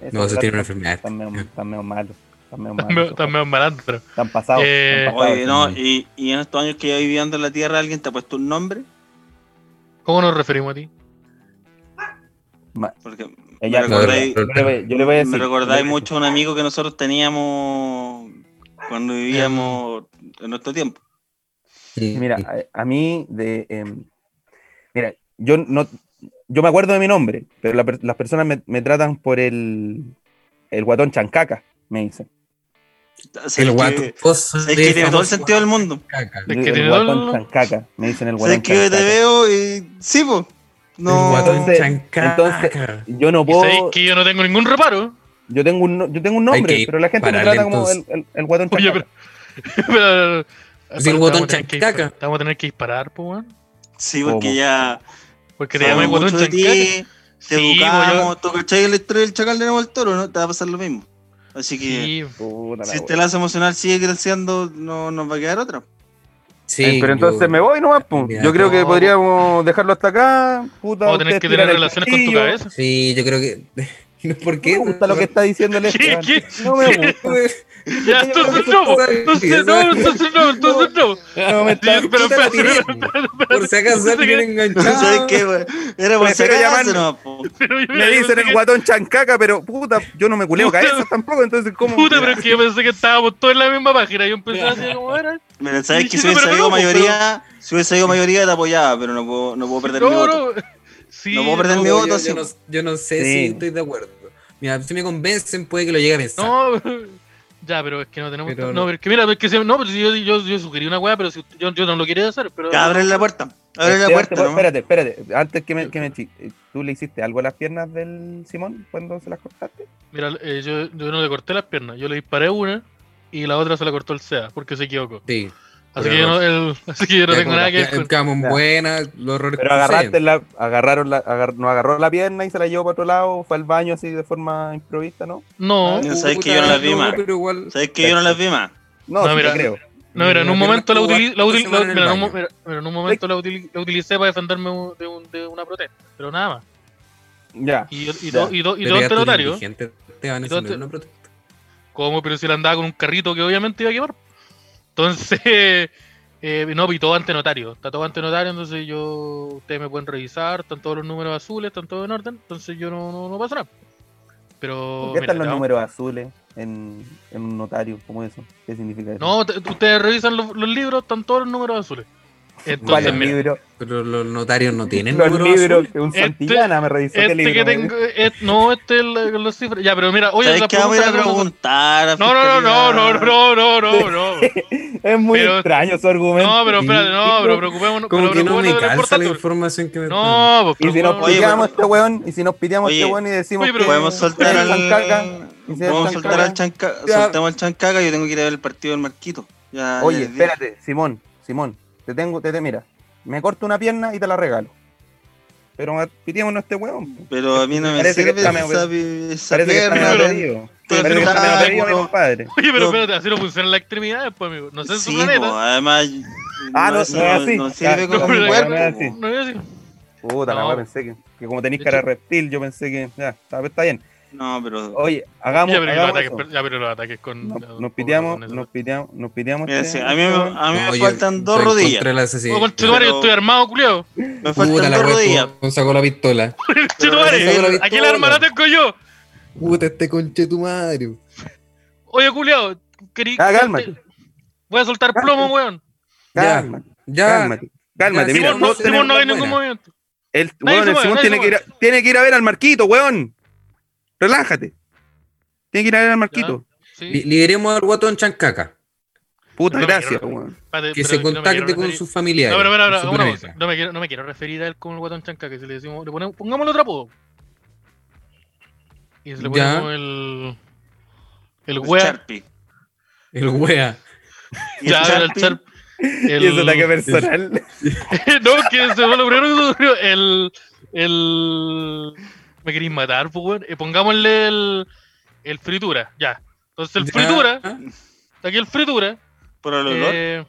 S6: Esos
S2: No, eso
S6: gatos
S2: tiene una enfermedad.
S6: Están medio, están medio malos. Están
S3: *laughs*
S6: medio malos.
S3: También medio malandro.
S6: Están pasados.
S3: Eh,
S6: están pasados.
S4: Oye, no, y, y en estos años que llevas viviendo en la Tierra, ¿alguien te ha puesto un nombre?
S3: ¿Cómo nos referimos a ti?
S4: Porque
S6: Ella-
S4: me recordáis,
S6: Yo le voy- yo le voy a
S4: me
S6: decir-
S4: recordáis
S6: yo le voy a decir,
S4: mucho a un amigo que nosotros teníamos cuando vivíamos en nuestro tiempo.
S2: Sí.
S6: Mira, a, a mí, de, em, mira, yo no, yo me acuerdo de mi nombre, pero la per- las personas me, me tratan por el, el guatón chancaca, me dicen.
S4: ¿Sabes
S2: el
S4: que-
S2: guato. Vos
S4: sabes que
S2: eres
S4: tiene todo el
S2: famoso.
S4: sentido del mundo.
S2: Caca.
S3: Es
S6: El,
S3: que tiene
S6: guatón
S3: doble-
S6: chancaca, me dicen
S4: Sabes
S6: el guatón
S4: que yo
S6: chancaca.
S4: te veo y. Sí, po. No.
S2: El guatón
S6: Entonces-
S2: chancaca.
S6: entonces- Yo no
S3: Y sabéis
S6: puedo,
S3: que yo no tengo ningún reparo. *laughs*
S6: yo tengo un, no- yo tengo un
S2: Hay
S6: nombre,
S2: que
S6: pero la gente me
S2: pararle,
S6: trata como el,
S2: entonces.
S6: el- el guatón
S3: Oye,
S6: chancaca.
S3: pero. pero
S2: Si el botón
S3: Vamos a tener que
S2: chancaca.
S3: disparar- Vamos a tener que disparar, pues, weón.
S4: Sí, porque
S6: ¿Cómo?
S4: ya.
S3: Porque te
S4: sabemos
S3: llamas
S4: mucho
S3: botón
S4: de
S3: chancaca.
S4: ti, Te
S3: Sí, pues,
S4: educamos, tú cachai la historia del chacal de nuevo al toro, ¿no? Te va a pasar lo mismo. Así que.
S3: Sí,
S6: Puta la
S4: Si este
S6: wea.
S4: lazo emocional sigue creciendo, no nos va a quedar
S6: *laughs*
S4: otra. *laughs*
S2: Sí,
S6: Eh, pero
S2: yo-
S6: entonces me voy nomás, po.
S2: Mira,
S6: Yo creo que
S3: no.
S6: podríamos dejarlo hasta acá. Puta,
S3: vamos a tener
S6: ustedes
S3: que
S6: tiran
S3: tener
S6: el
S3: relaciones con tu
S6: cuchillo.
S3: cabeza.
S2: Sí, yo creo que. *laughs* No, ¿Por
S6: No
S2: qué?
S6: me
S2: *laughs*
S6: gusta lo que está diciendo
S3: *laughs*
S6: el
S3: ¿Qué?
S6: Esteban.
S3: ¿Qué? *laughs*
S6: No me gusta.
S3: Ya, entonces no,
S6: *laughs*
S3: entonces no, entonces no, entonces no.
S6: No me está-
S3: Sí, pero
S2: Puta, la
S3: espérate,
S2: tiré.
S3: espérate, espérate,
S2: Por si acaso
S3: Pensé
S2: alguien
S3: que-
S2: enganchado.
S4: ¿Sabes qué, güey? Era por si
S6: Prefiero
S4: acaso,
S6: llamarme.
S4: no, po.
S3: pero yo
S6: Me dicen el guatón chancaca, pero puta, yo no me culeo cabezas tampoco, entonces cómo.
S3: Puta, pero es que yo pensé que estábamos todos en la misma página. Yo empecé así como era.
S4: Mira, ¿sabes que si
S3: Dijiste,
S4: hubiese
S3: pero
S4: habido
S3: no, pues, po,
S4: mayoría, si hubiese habido mayoría te apoyaba, pero no puedo, no *laughs* puedo perder mi
S3: No,
S4: voto.
S3: no. *laughs* Sí,
S4: No puedo perder
S2: No,
S4: mi
S2: yo-
S4: voto,
S2: yo,
S4: sí.
S2: no, yo no sé
S6: Sí.
S2: si estoy de acuerdo. Mira, si me convencen, puede que lo llegue a pensar.
S3: No, *laughs* ya, pero es que no tenemos.
S2: Pero
S3: No,
S2: no.
S3: pero es que mira, pero es que si- no, pero si yo, yo, yo sugerí una weá, pero si yo, yo no lo quería hacer. Pero,
S4: Ya, abre la puerta. Abre la
S6: Esteban,
S4: puerta,
S6: te-
S4: ¿no?
S6: Espérate, espérate. Antes que me, que me chi- eh, ¿Tú le hiciste algo a las piernas del Simón cuando se las cortaste?
S3: Mira, eh, yo, yo no le corté las piernas, yo le disparé una y la otra se la cortó el SEA porque se equivocó.
S2: Sí.
S3: Así
S2: Por
S3: que, yo no, el- así que yo no
S2: Ya,
S3: tengo
S2: como
S3: nada que
S2: la-
S3: ver. con-
S2: quedamos en
S6: Ya.
S2: buena, los errores
S6: Pero
S2: que
S6: agarraste
S2: suceden.
S6: la, agarraron la, agar- nos agarró la pierna y se la llevó para otro lado, fue al baño así de forma improvista, ¿no?
S3: No,
S4: No, sabes
S2: Puta,
S4: que yo no las vi más.
S2: Pero igual.
S4: ¿Sabes que yo no las vi más?
S3: No,
S6: No, sí te
S3: mira.
S6: creo.
S3: no, mira, en un
S2: la
S3: momento la,
S2: pierna
S3: utili- la,
S2: estuvo
S3: utili-
S2: harta
S3: la-
S2: semana en el
S3: mira, en un mo-
S2: baño.
S3: mira, mira, en un momento la, utili- la utilicé para defenderme un- de, un- de una protesta, pero nada más.
S6: Ya.
S3: Y, yo- y,
S6: Ya.
S3: do- y, do- y
S2: Pero
S3: dos
S2: ya tú eres
S3: notarios,
S2: dirigente, te van a
S3: Y dos
S2: hacer
S3: te-
S2: una protesta.
S3: como pero si él andaba con un carrito que obviamente iba a quemar. Entonces, *laughs* eh, no, y todo ante notario. Está todo ante notario, entonces yo, ustedes me pueden revisar, están todos los números azules, están todos en orden, entonces yo no, no, no pasa nada. Pero...
S6: ¿Por qué
S3: mira,
S6: están los
S3: ya-
S6: números azules en, en un notario? ¿Cómo eso? ¿Qué significa eso?
S3: No, te- ustedes revisan los, los libros, están todos los números azules.
S6: ¿Cuál
S3: Entonces,
S6: es el
S3: mira,
S6: libro?
S2: Pero los notarios no tienen
S6: Los
S2: números
S6: libros
S2: azules.
S6: que un
S3: Este-
S6: Santillana me revisó. ¿Qué
S3: este
S6: libro
S3: que
S6: me
S3: tengo, et- no, este es la- los cifras. Ya, pero mira, oye,
S4: ¿Sabes
S3: la
S4: qué? Vamos a ir a
S3: pregunta-
S4: preguntar. a
S3: No, no, no, no, no, no, no, no,
S4: *laughs*
S3: no.
S6: revisó? *laughs* Es muy
S3: Pero-
S6: extraño su argumento.
S3: No, pero espérate, no, pero preocupémonos.
S2: Como
S3: pero
S2: que no
S3: preocupémonos
S2: me
S3: de los
S2: calza la
S3: portátiles.
S2: información que me están-
S3: No,
S6: Y
S3: pues
S6: si nos
S4: Oye,
S3: preocupémonos.
S6: piteamos
S4: pero-
S6: este weón, y si nos piteamos
S4: Oye,
S6: este weón y decimos
S3: oye,
S6: que
S3: pero-
S4: Podemos soltar
S6: el
S4: al.
S6: Chancaca, y si el
S4: Podemos soltar
S6: Chancaca-
S4: al chanca.
S6: Ya.
S4: Soltamos al chancaca. Yo tengo que ir a ver el partido del Marquito. Ya,
S6: Oye,
S4: ya les dije.
S6: espérate, Simón, Simón, te tengo, te, te mira, me corto una pierna y te la regalo. Pero ma- pitiémonos a este weón. po.
S4: Pero a mí no me
S6: Parece que
S4: sirve
S6: está medio-
S4: esa, pi- esa
S6: Parece que está
S4: pierna.
S6: medio
S3: pero-
S6: perdido.
S4: pero
S6: Parece que está medio
S4: está-
S6: perdido, mi
S4: bueno.
S6: compadre.
S3: *laughs* Oye, pero
S4: No.
S3: espérate, así no funcionan las extremidades, pues, amigo. No sé en su
S4: Sí, po,
S3: planeta.
S4: además.
S6: Ah, no,
S4: eso
S6: no es así.
S4: no sirve
S6: Ya,
S4: con
S3: no,
S4: un
S3: pero-
S4: cuerpo.
S6: no es así.
S4: po.
S3: No es así.
S6: Puta, la
S3: No.
S6: weá, pensé que, que como tenéis
S3: De
S6: cara de
S3: hecho-
S6: reptil, yo pensé que ya, está, pues, está bien.
S4: No, pero.
S6: Oye, hagamos,
S3: Ya, pero los
S6: hagamos
S3: ataques,
S6: eso.
S3: per- ya, pero los ataques con.
S6: Nos,
S3: con-
S6: nos piteamos,
S3: con eso.
S6: nos piteamos, nos piteamos.
S4: Mira,
S6: este-
S4: sí, a mí, me-
S6: este weón.
S4: a mí
S2: No,
S4: me
S2: yo
S4: faltan dos
S2: estoy en
S4: rodillas.
S2: contra de la asesina.
S3: Oh, con
S2: Puta,
S3: Chetumare,
S4: pero-
S3: estoy armado, culiao.
S4: Me faltan
S2: la
S4: dos
S2: wea,
S4: rodillas.
S2: Juan sacó la pistola.
S4: Pero
S3: *laughs* Chetumare,
S4: no sé,
S3: aquí la arma la tengo yo.
S2: Puta, este conche tu madre.
S3: Oye, culiao, querí.
S6: Ah, cálmate.
S3: Voy a soltar plomo, weón.
S6: Cálmate,
S2: Ya.
S6: cálmate. Cálmate,
S2: Ya, Mira,
S6: mira.
S3: Simón no,
S2: Simón
S6: todos tenemos-
S3: Simón no
S2: la
S3: hay ningún
S2: buena.
S3: movimiento.
S6: El,
S3: Nadie
S6: weón,
S3: se
S6: el
S3: mueve,
S6: Simón
S3: nadie
S6: tiene
S3: se
S6: que, ir a, tiene que ir a ver al Marquito, weón. Relájate. Tiene que ir a ver al Marquito.
S2: Li-
S3: Sí.
S2: Liberemos al guatón Chancaca.
S6: Puta,
S3: No me
S6: gracias,
S3: quiero-
S6: weón.
S3: Espérate,
S2: Que
S3: pero
S2: se
S3: no me quiero
S2: contacte con
S3: referir-
S2: sus familiares.
S3: No, pero, pero,
S2: con
S3: pero,
S2: su
S3: una
S2: planeta.
S3: cosa, no me quiero, no me quiero referir a él como el guatón chanca, que si le decimos, le ponemos, pongámosle otra apodo. Y se le
S2: Ya.
S3: ponemos el. El
S4: El
S3: wea.
S4: Sharpie.
S2: El wea.
S4: Y el
S3: Ya, pero el
S4: Sharpie.
S3: char. El...
S6: Y ese ataque personal.
S3: *laughs* no, que eso fue lo primero que se me ocurrió. El. El. Me queréis matar, pues, weón. Eh, Pongámosle el. El fritura, ya. Entonces el
S2: Ya. ah,
S3: fritura, aquí el fritura.
S4: Por el olor.
S3: Eh,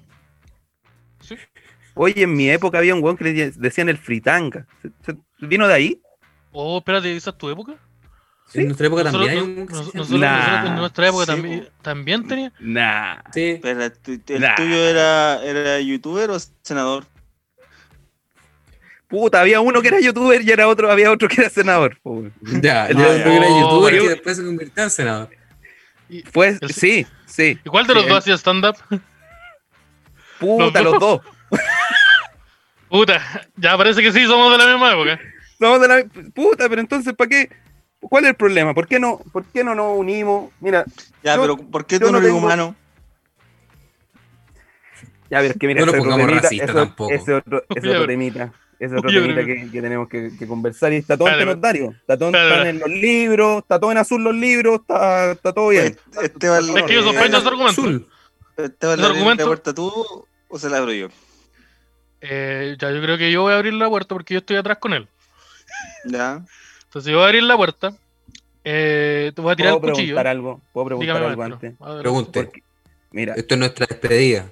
S6: Oye, en mi época había un weón que le decían el fritanga. ¿Se- se- ¿Vino de ahí?
S3: oh, espérate, ¿esa es tu época?
S2: En nuestra época
S3: Nosotros-
S2: también hay
S3: no-
S2: un.
S3: nos- nosotros,
S6: Nah.
S3: nosotros en nuestra época
S4: Sí,
S3: también, también tenía.
S6: Nah. *laughs*
S2: Sí.
S4: Pero el tu- el
S6: Nah.
S4: tuyo era, era youtuber o senador.
S6: Puta, había uno que era youtuber y era otro, había otro que era senador. po, weón.
S2: Ya, el
S4: No,
S2: otro que era
S3: no,
S2: youtuber
S3: yo-
S2: que después se convirtió en senador.
S6: Pues
S3: El-
S6: sí, sí.
S3: ¿Y cuál de los
S6: Sí,
S3: dos hacía stand-up?
S6: Puta,
S3: Los
S6: los dos.
S3: Puta, ya parece que sí, somos de la misma época.
S6: Somos de la- Puta, pero entonces, ¿para qué? ¿Cuál es el problema? ¿Por qué no, por qué no nos unimos? Mira,
S4: Ya,
S6: Yo-
S4: pero ¿por qué
S6: yo
S4: tú
S6: no
S4: no eres
S6: tengo-
S4: humano?
S6: Ya, pero es que mira,
S2: No lo
S6: ese otro
S2: pongamos
S6: temita,
S2: racista
S6: ese-
S2: tampoco.
S6: ese otro, ese
S3: Oye,
S6: otro
S3: pero-
S6: temita, ese otro
S3: Oye, pero-
S6: temita que, que tenemos que, que conversar. Y está todo en
S3: Espérate,
S6: notario, está todo
S3: espérate,
S6: están en los libros, está todo en azul los libros, está, está todo bien.
S4: Este- Esteban,
S3: Es que yo sospecho ese argumento.
S2: Azul.
S4: Esteban,
S3: ese
S4: ¿le abrí
S3: argumento-
S4: la puerta tú o se la abro yo?
S3: Eh, ya, yo creo que yo voy a abrir la puerta porque yo estoy atrás con él.
S4: Ya.
S3: Entonces yo voy a abrir la puerta. Eh, te voy a tirar
S6: ¿Puedo
S3: el cuchillo.
S6: preguntar algo? ¿Puedo preguntar
S3: Dígame,
S6: algo
S3: maestro.
S6: antes?
S3: A ver,
S2: Pregunte.
S6: Mira,
S2: Esto es nuestra despedida.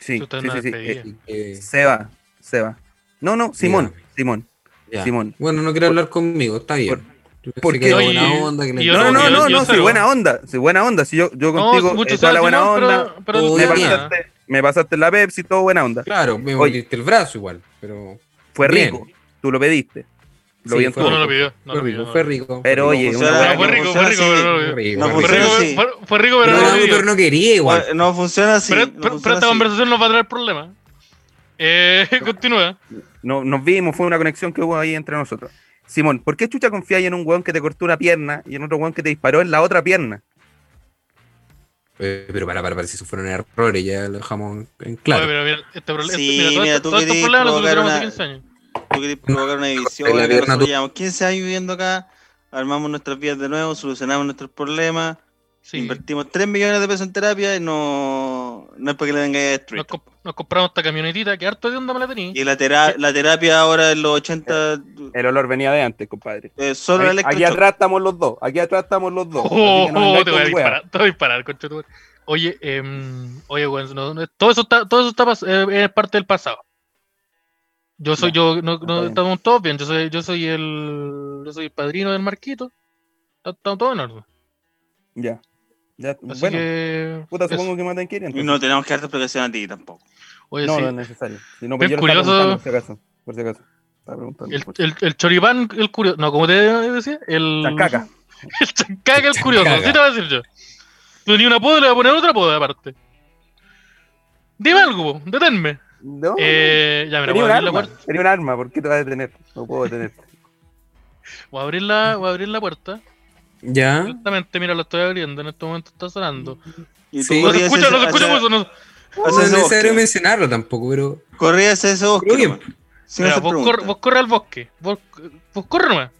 S6: sí,
S3: usted
S6: sí,
S3: no
S6: sí, sí.
S3: despedía.
S6: eh,
S2: Así que,
S6: Seba, Seba. No, no, Simón,
S2: Dígame.
S6: Simón.
S2: ya.
S6: Simón.
S2: Bueno, no quiere hablar conmigo, está bien. Yo pensé
S6: por
S2: que
S6: qué?
S2: era
S6: No,
S2: buena
S3: y-
S2: onda, que le-
S3: y
S6: No, no,
S3: yo-
S6: no, no,
S3: yo
S6: no,
S3: sé,
S6: sí,
S3: weón.
S6: buena onda, sí, buena onda. Si yo, yo
S3: No,
S6: contigo,
S3: mucho
S6: eh, toda
S3: sabes,
S6: la buena
S3: Simón, pero-
S6: onda,
S3: pero
S2: tú
S6: me,
S2: sabes.
S6: pasaste, me pasaste la Pepsi, todo buena onda.
S2: Claro, me
S6: Oye.
S2: mordiste el brazo igual, pero
S6: Fue
S2: Bien.
S6: rico, tú lo pediste. Lo
S2: Sí,
S6: vi en
S2: fue
S6: tu-
S3: No, no lo pidió. No
S2: fue
S3: lo
S2: rico,
S3: pidió.
S2: fue rico.
S6: Pero oye,
S4: No
S6: una
S4: funciona-
S6: weá
S3: Bueno, fue
S4: no
S3: rico,
S4: funciona
S3: fue rico,
S4: así.
S3: pero no lo
S2: Fue
S3: pidió.
S2: rico,
S4: No
S3: Fue
S6: pues
S2: fue rico.
S4: funciona
S3: rico,
S4: así.
S3: fue- fue rico, pero
S2: Pero,
S3: no lo
S2: no,
S3: pidió.
S2: pero no quería igual.
S4: Ah, No funciona así.
S3: Pero,
S4: no
S3: pero- pero
S4: funciona
S3: esta
S4: así.
S3: conversación nos va a traer problemas. Eh, *laughs* continúa.
S6: No, nos vimos, fue una conexión que hubo ahí entre nosotros. Simón, ¿por qué chucha confiáis en un weón que te cortó una pierna y en otro weón que te disparó en la otra pierna?
S2: Eh, Pero para, para, para, si eso fueron errores, ya lo dejamos en claro.
S3: Oye, pero mira, este problema.
S4: Sí,
S3: mira, todo
S4: mira,
S3: esto-
S4: tú
S3: todos estos
S4: querís
S3: problemas los
S4: provocar
S3: solucionamos
S4: una-
S3: hace 15 años.
S4: Tú querés provocar una división.
S2: Pero la
S4: acá
S2: pierna
S4: nosotros
S2: tú-
S4: llevamos 15 años viviendo acá. Armamos nuestras vidas de nuevo, solucionamos nuestros problemas.
S3: Sí.
S4: Invertimos 3 millones de pesos en terapia y no, no es para que le vengáis a destruir.
S3: Nos, comp- nos compramos esta camionetita que harto de onda me la tenía.
S4: Y la, tera- la terapia ahora en los 80
S6: El olor venía de antes, compadre.
S4: eh, solo el
S6: Ahí- aquí
S4: electrochoc.
S6: atrás estamos los dos, aquí atrás estamos los dos.
S3: Oh,
S6: así que no andáis
S3: te voy a
S6: con weas.
S3: disparar, te voy a disparar, concha tu madre. Oye, em, oye, weón, no, no, todo eso está, todo eso está pas- eh, es parte del pasado. Yo soy, yo, no, no,
S6: está bien.
S3: estamos todos bien, yo soy, yo soy el, yo soy el padrino del marquito. Está- Estamos todos en orden.
S6: Ya. Ya,
S3: Así
S6: bueno,
S3: que,
S6: puta,
S3: eso.
S6: supongo que me que ir.
S4: Y
S6: entonces.
S4: no tenemos que dar explicación a ti tampoco.
S3: Oye,
S6: no,
S3: sí,
S6: no es necesario. Si no, pues
S3: Es
S6: yo lo estaba
S3: curioso-
S6: preguntando, por si acaso. Por si acaso. Estaba preguntando.
S3: el, el, el choripán, el curioso, no, como te decía, el,
S6: Chancaca.
S3: el *laughs* chancaca, el curioso,
S2: Chancaca.
S3: así te voy a decir yo. Tú ni una poda, le voy a poner otra poda aparte. Dime algo, po, deténme.
S6: No, no.
S3: Eh, ya, mira, voy
S6: tenía,
S3: a
S6: un
S3: abrir la
S6: arma,
S3: puerta.
S6: tenía un arma, ¿por qué te vas a detener? No puedo detenerte.
S3: Voy a abrir la, voy a abrir la puerta.
S2: Ya.
S3: Exactamente, mira, la estoy abriendo. En este momento está sonando.
S4: Y tú
S2: Sí.
S3: No
S4: corrías
S3: se escucha,
S4: hacia-
S3: no se escucha,
S4: hacia-
S3: Wilson. No.
S2: No,
S4: hacia
S2: no es
S4: ese
S2: necesario
S4: bosque.
S2: mencionarlo tampoco, pero.
S4: Corrías hacia ese bosque.
S2: Creo que-
S4: nomás. Si no
S3: Mira,
S4: se
S3: vos,
S4: pregunta.
S3: corre, vos corre al bosque. Vos, vos corre nomás.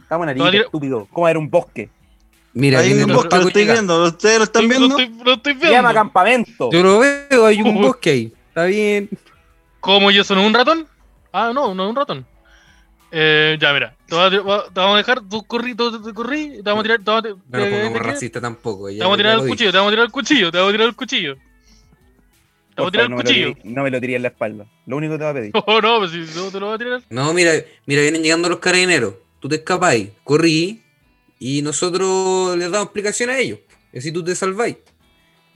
S6: Estamos en
S3: No,
S6: Arica,
S3: tira-
S6: estúpido. ¿Cómo era un bosque?
S2: Mira,
S4: Ahí hay
S2: vienen
S4: un
S2: los
S4: bosque, lo
S2: pacos
S4: estoy
S2: llegando.
S4: viendo. ¿Ustedes lo están
S3: Lo
S4: viendo?
S3: estoy, lo estoy
S6: Se llama
S3: viendo.
S6: campamento.
S2: Yo lo veo, hay
S6: *laughs*
S2: un bosque ahí. Está bien.
S3: ¿Cómo yo soy un ratón? Ah, no, no es un ratón. Eh, ya, mira. Te, voy a- te vamos a dejar. Tú corrí, tú, tú corrí. Te vamos a tirar. Te vamos a,
S2: No nos
S3: te-
S2: pongamos
S3: te-
S2: racista tampoco.
S3: te vamos a tirar el cuchillo. Te vamos a tirar el cuchillo. Te vamos a tirar el cuchillo. Te
S6: Por
S3: vamos a tirar el
S6: favor, no, me lo
S3: cuchillo.
S6: tiré- no me lo tiré en la espalda. Lo único que te va a pedir.
S3: *laughs* No, no, pues si no te lo voy a tirar.
S2: No, mira, mira, vienen llegando los carabineros. Tú te escapáis, corrí y nosotros les damos explicación a ellos. Y así tú te salváis.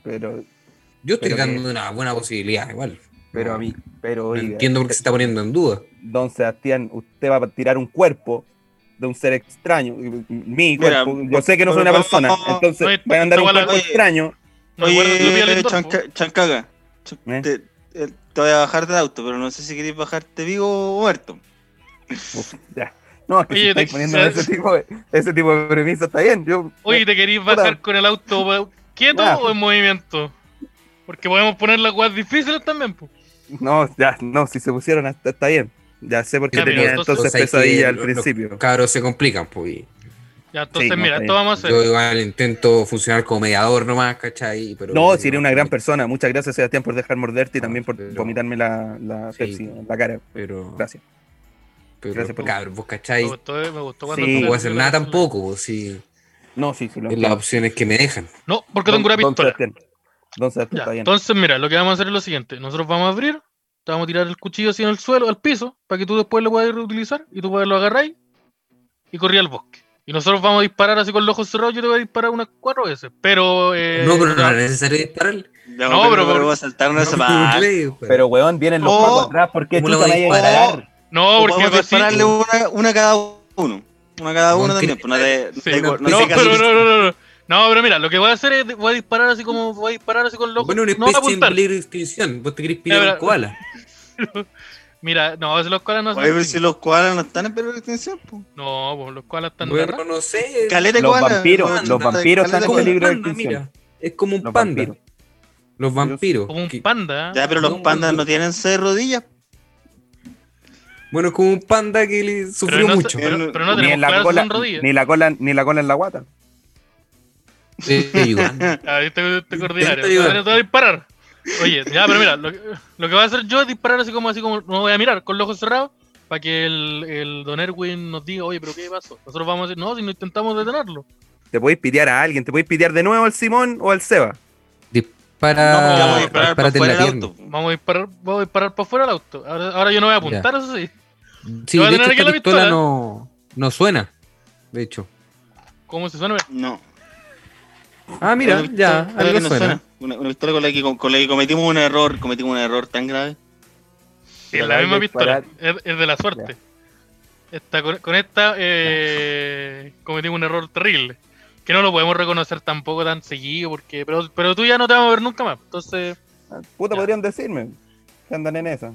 S6: Pero,
S2: Yo estoy
S6: Pero
S2: dando
S6: que-
S2: una buena posibilidad, igual.
S6: pero
S2: No,
S6: a mí, pero
S2: no
S6: oiga, este,
S2: entiendo por qué se está poniendo en duda.
S6: Don Sebastián, usted va a tirar un cuerpo de un ser extraño. Mi
S4: Mira,
S6: cuerpo. Yo sé que no soy una
S4: no,
S6: persona.
S4: no,
S6: Entonces,
S3: no,
S6: voy a andar un
S3: esta
S6: cuerpo
S4: guala-
S6: extraño.
S3: No guardes tu piel
S4: Oye,
S3: en dos, po.
S4: Chanca- Chancaga. Ch-
S6: ¿Eh?
S4: Te, eh, te voy a bajar del auto, pero no sé si queréis bajarte vivo o muerto.
S6: Uf, ya. No, es que si
S3: Oye,
S6: estáis
S3: te-
S6: poniendo ese tipo, de, ese tipo de premisa, está bien. Yo,
S3: Oye, ¿te queréis bajar con el auto pa- quieto
S6: Ya.
S3: o en movimiento? Porque podemos poner las cosas difíciles también, pues.
S6: No, ya, no, si se pusieron hasta está bien. Ya sé por qué
S3: Ya, pero
S6: tenía
S3: entonces-
S2: Entonces
S6: entonces
S2: hay que-
S6: pesadilla al
S2: los-
S6: principio.
S2: Los cabros se complican, pues. y
S3: Ya, entonces,
S6: Sí, no,
S3: mira,
S6: está
S3: esto
S6: bien.
S3: vamos a hacer.
S2: Yo igual intento funcionar como mediador nomás, ¿cachai? Pero
S6: No, si eres una gran persona. Muchas gracias, Sebastián, por dejar morderte y
S2: Ah,
S6: también por
S2: pero-
S6: vomitarme la, la
S2: Sí.
S6: Pepsi en la cara.
S2: Pero,
S6: Gracias.
S2: pero
S6: gracias por-
S2: cabrón, vos,
S3: Me
S2: ¿cachai? No
S3: gustó, eh, me gustó cuando.
S6: Sí.
S2: puedo hacer nada tampoco, pues, si
S6: No, sí, sí, lo
S2: las opciones que me dejan.
S3: No, porque tengo
S6: Don-
S3: una
S6: don
S3: pistola.
S6: Sebastián. Don Sebastián,
S3: Ya,
S6: está bien.
S3: entonces, mira, lo que vamos a hacer es lo siguiente. Nosotros vamos a abrir, te vamos a tirar el cuchillo así en el suelo, al piso, para que tú después lo puedas reutilizar y tú puedas lo agarráis y corrí al bosque. Y nosotros vamos a disparar así con los ojos cerrados, yo te voy a disparar unas cuatro veces, pero... eh,
S2: no, pero
S3: te va-
S2: no es necesario dispararle.
S4: Ya,
S3: No, pero por-
S4: voy a saltar una
S2: No, pues.
S4: semana.
S6: Pero, weón, vienen los
S4: Oh,
S6: pacos atrás. ¿Por qué
S2: ¿cómo lo
S6: chucha me
S2: voy a
S6: vayas a
S4: disparar?
S6: disparar?
S3: No, porque
S4: Vamos a
S3: así-
S4: dispararle una, una cada uno. Una cada
S2: Buen
S4: uno también.
S2: cri-
S4: pues, No, te-
S3: Sí,
S4: te-
S3: no,
S4: no te
S3: pero
S4: cases.
S3: no, no, no, no. No, pero mira, lo que voy a hacer es, voy a disparar así como, voy a disparar así con los ojos,
S2: bueno, una
S3: no voy a
S2: especie en
S3: apuntar.
S2: peligro de extinción. Vos te querés
S3: Ya,
S2: pillar
S3: pero-
S2: un koala.
S3: Mira, no, a veces los cuales no
S4: Oye, pero
S3: son-
S4: si los koalas no están en peligro de extinción, pues.
S3: No, pues, los cuales están...
S2: Bueno, no sé.
S4: Caleta de
S6: Los
S4: koala,
S6: vampiros,
S4: koala,
S6: los
S4: caleta de-
S6: vampiros
S4: caleta
S2: Es
S6: están
S4: de
S6: en
S2: como
S4: koala.
S2: un
S6: peligro de
S2: panda,
S6: extinción.
S2: mira. Es como un
S6: Los
S2: panda.
S6: vampiros.
S2: Los vampiros.
S3: Como un
S2: que-
S3: panda. ¿eh?
S4: Ya, pero
S2: No,
S4: los
S2: un
S4: pandas no
S2: vampiro.
S4: tienen seis rodillas.
S2: Bueno, es como un panda que le sufrió
S3: no sé-
S2: mucho.
S3: pero- pero no
S6: Ni en
S3: tenemos
S6: la
S3: claro si
S6: cola,
S3: son rodillas.
S6: ni la cola, ni la cola en la guata.
S2: Sí,
S3: *laughs*
S2: ayuda.
S3: Ah, este, este coordinario.
S2: Intenta ayudar.
S3: Ahora te voy a disparar. Oye, ya, pero mira, lo, que- lo que voy a hacer yo es disparar así como así como. No voy a mirar, con los ojos cerrados, para que el, el Don Erwin nos diga, oye, pero ¿qué pasó? Nosotros vamos a decir, no, si no intentamos detenerlo.
S6: Te podéis pitear a alguien, te podéis pitear de nuevo al Simón o al Seba.
S4: No,
S3: Ah,
S4: ya voy a
S2: Dispara.
S4: disparar para
S2: Dispárate en
S4: fuera
S2: la
S4: del
S2: pierna.
S4: auto.
S3: Vamos a disparar, vamos a disparar para afuera del auto. Ahora, ahora yo no voy a apuntar, eso sí.
S2: Sí,
S3: Yo voy a
S2: de
S3: tener
S2: hecho,
S3: aquí la
S2: esta pistola
S3: pistola.
S2: no, no suena. De hecho.
S3: ¿Cómo se suena?
S4: No.
S2: Ah, mira,
S4: Una
S2: ya,
S4: pistola
S2: algo
S4: que no
S2: suena.
S4: Una, una pistola con la, que, con, con la que cometimos un error, cometimos un error tan grave.
S3: Es
S6: Tratar
S3: la
S6: de
S3: misma pistola.
S6: disparar.
S3: Es, es de la suerte. Esta, con, con esta eh, cometimos un error terrible. Que no lo podemos reconocer tampoco tan seguido, porque pero, pero tú ya no te vamos a ver nunca más. Entonces,
S6: Ah, Puta,
S3: Ya.
S6: podrían decirme. Que andan en esa.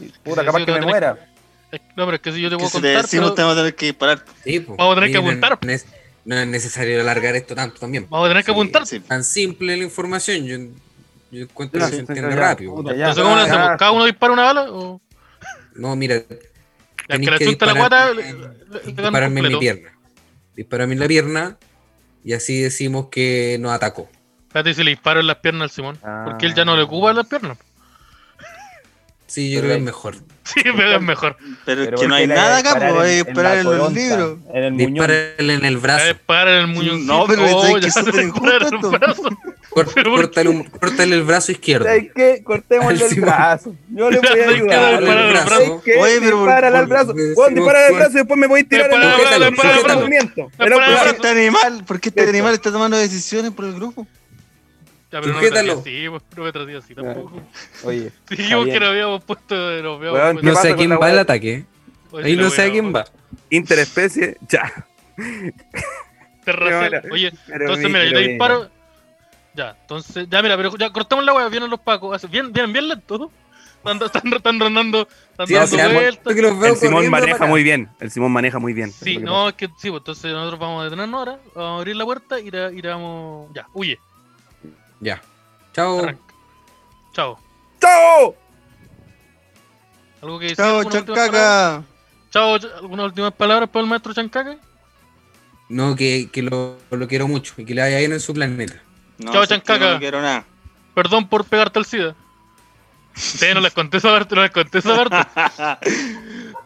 S3: sí,
S6: Puta, capaz
S3: sí,
S6: que
S3: no
S6: me
S3: tenés-
S6: muera.
S3: es- no, pero es que si yo te
S4: Que
S3: puedo
S4: si te
S3: contar.
S4: decimos,
S3: pero-
S4: te vamos a tener que disparar.
S2: Sí, po.
S3: Vamos a tener que
S2: Y no-
S3: apuntar.
S2: No es, no es necesario alargar esto tanto también.
S3: Vamos a tener
S2: Sí,
S3: que apuntar.
S4: Sí.
S2: Tan simple la información. Yo, yo encuentro
S6: Ya,
S2: que se
S6: sí, sí,
S2: entiende
S6: ya,
S2: rápido.
S6: puta, ya.
S3: Entonces, ¿cómo lo
S6: Ah,
S3: hacemos?
S6: ya.
S3: ¿Cada uno dispara una bala? ¿O
S2: No, mira,
S3: la que
S2: Tenés
S3: le
S2: que
S3: chunta la guata?
S2: disparar-
S3: le- le- le dan
S2: dispararme en mi
S3: completo?
S2: pierna. Dispararme en la pierna y así decimos que nos atacó.
S3: Espérate, si le disparo en las piernas al Simón.
S6: Ah.
S3: Porque él ya no le ocupa las piernas. *laughs*
S2: Sí, yo
S6: Pero
S2: creo que
S6: ahí-
S2: es mejor.
S3: Sí, pero es mejor.
S4: Pero,
S6: Pero
S4: es que no
S6: ¿por
S4: hay
S6: qué le
S4: nada acá,
S6: disparar
S4: pues hay que
S6: en- en la
S4: esperar en los
S6: coronta,
S4: libros.
S6: En el muñón.
S2: Dispararle en el brazo.
S3: Dispara en el muñón.
S4: No, pero es que es
S3: ya
S4: súper
S3: le dispararon
S4: injusto
S3: el brazo.
S2: Cor-
S3: pero *laughs* ¿por
S2: córtale, un- córtale el brazo izquierdo.
S6: ¿Sabes qué? Cortémosle
S2: Al
S6: el
S2: Simón.
S6: brazo. Yo le voy a
S3: Al izquierdo,
S6: ayudar.
S3: dispara al
S6: ¿Sabes
S2: brazo.
S6: qué?
S4: Oye, pero-
S6: Dispárale al brazo.
S2: porque
S6: Weón,
S2: Simón-
S6: dispara al brazo y después me voy a tirar en
S3: Dispara
S2: al brazo,
S6: el en
S2: dispara al brazo.
S6: movimiento.
S3: Dispara al
S4: ¿Por qué
S3: brazo.
S4: este animal? ¿Por qué este
S6: Eso.
S4: animal está tomando decisiones por el grupo?
S3: Ya, pero no me traté
S2: Sujétalo.
S3: así, pues, no me traté así tampoco.
S6: Oye,
S3: Dijimos
S6: bien.
S3: que nos habíamos puesto. Nos habíamos
S6: Weón,
S2: No
S6: ¿Qué
S3: puesto-
S6: pasa
S2: sé a
S6: con
S2: quién
S6: la
S2: va el
S6: weá?
S2: ataque.
S3: Oye,
S2: Ahí
S3: Pues la
S2: no sé a
S3: weá,
S2: quién va.
S6: interespecie, ya.
S3: terracial.
S6: Ahora,
S3: Oye,
S6: Pero
S3: entonces
S6: mi-
S3: mira, yo
S6: pero
S3: te
S6: mi-
S3: disparo. Ya, entonces, ya mira, pero ya cortamos la weá, vienen los pacos. así, Bien, bien, bien lento, ¿no? *laughs* Están, están, están rondando, están
S2: Sí,
S3: dando
S2: al final,
S3: vueltas.
S2: que los veo
S6: El Simón
S2: corriendo
S6: maneja
S2: para
S6: muy
S2: acá.
S6: bien. El Simón maneja muy bien.
S3: Sí, no, es que sí, pues entonces nosotros vamos a detenernos ahora, vamos a abrir la puerta y la, y la vamos. Ya, huye,
S2: Ya. Chao.
S3: arranca. Chao.
S6: ¡Chao!
S3: ¿Algo que decir?
S4: Chao,
S3: ¿Alguna última palabra?
S4: chancaca.
S3: Chao, ch- ¿algunas últimas palabras para el maestro Chancaca?
S2: No, que, que lo, lo quiero mucho y que le vaya bien en su planeta.
S4: No,
S3: Chao,
S4: si es que
S3: chancaca.
S4: No quiero nada. *laughs*
S3: Perdón por pegarte al SIDA. Sí, no les conté esa parte, no les conté esa parte.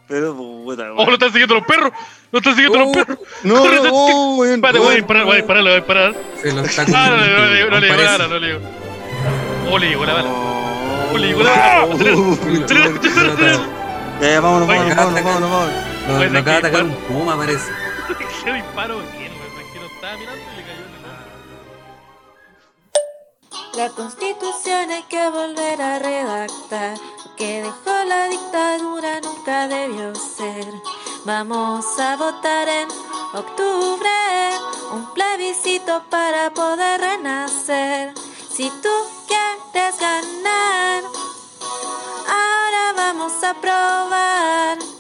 S4: Pero, puta,
S3: ¡Oh, lo *laughs*
S4: weón.
S3: están siguiendo los perros! ¡Lo están siguiendo los perros!
S4: No, oh, weón.
S3: Espérate, voy a
S4: weón.
S3: disparar, voy a disparar, voy a disparar.
S2: Se
S3: *laughs*
S2: lo está
S3: Ah, no, no, no, no, no, no, le digo
S2: Parece.
S3: nada, no le digo. Oh, le digo la bala.
S4: Oh,
S3: Oh, le digo la bala.
S4: oh,
S2: Lo-
S3: Acelera,
S2: lo-
S3: acelera,
S2: lo-
S3: acelera.
S4: Ya, ya, vámonos,
S3: Oye,
S4: vámonos,
S2: acá
S4: vámonos,
S2: está acá.
S4: vámonos, vámonos.
S2: Lo
S3: Oye,
S2: lo acaba de
S3: tranquilo,
S2: atacar un puma, parece.
S3: ¿Qué disparo? ¿Quién, güey? Es que no estaba mirando y le cayó en el ojo.
S9: La constitución hay que volver a redactar. Lo que dejó la dictadura nunca debió ser. Vamos a votar en octubre. Un plebiscito para poder renacer. Si tú quieres ganar, ahora vamos a probar.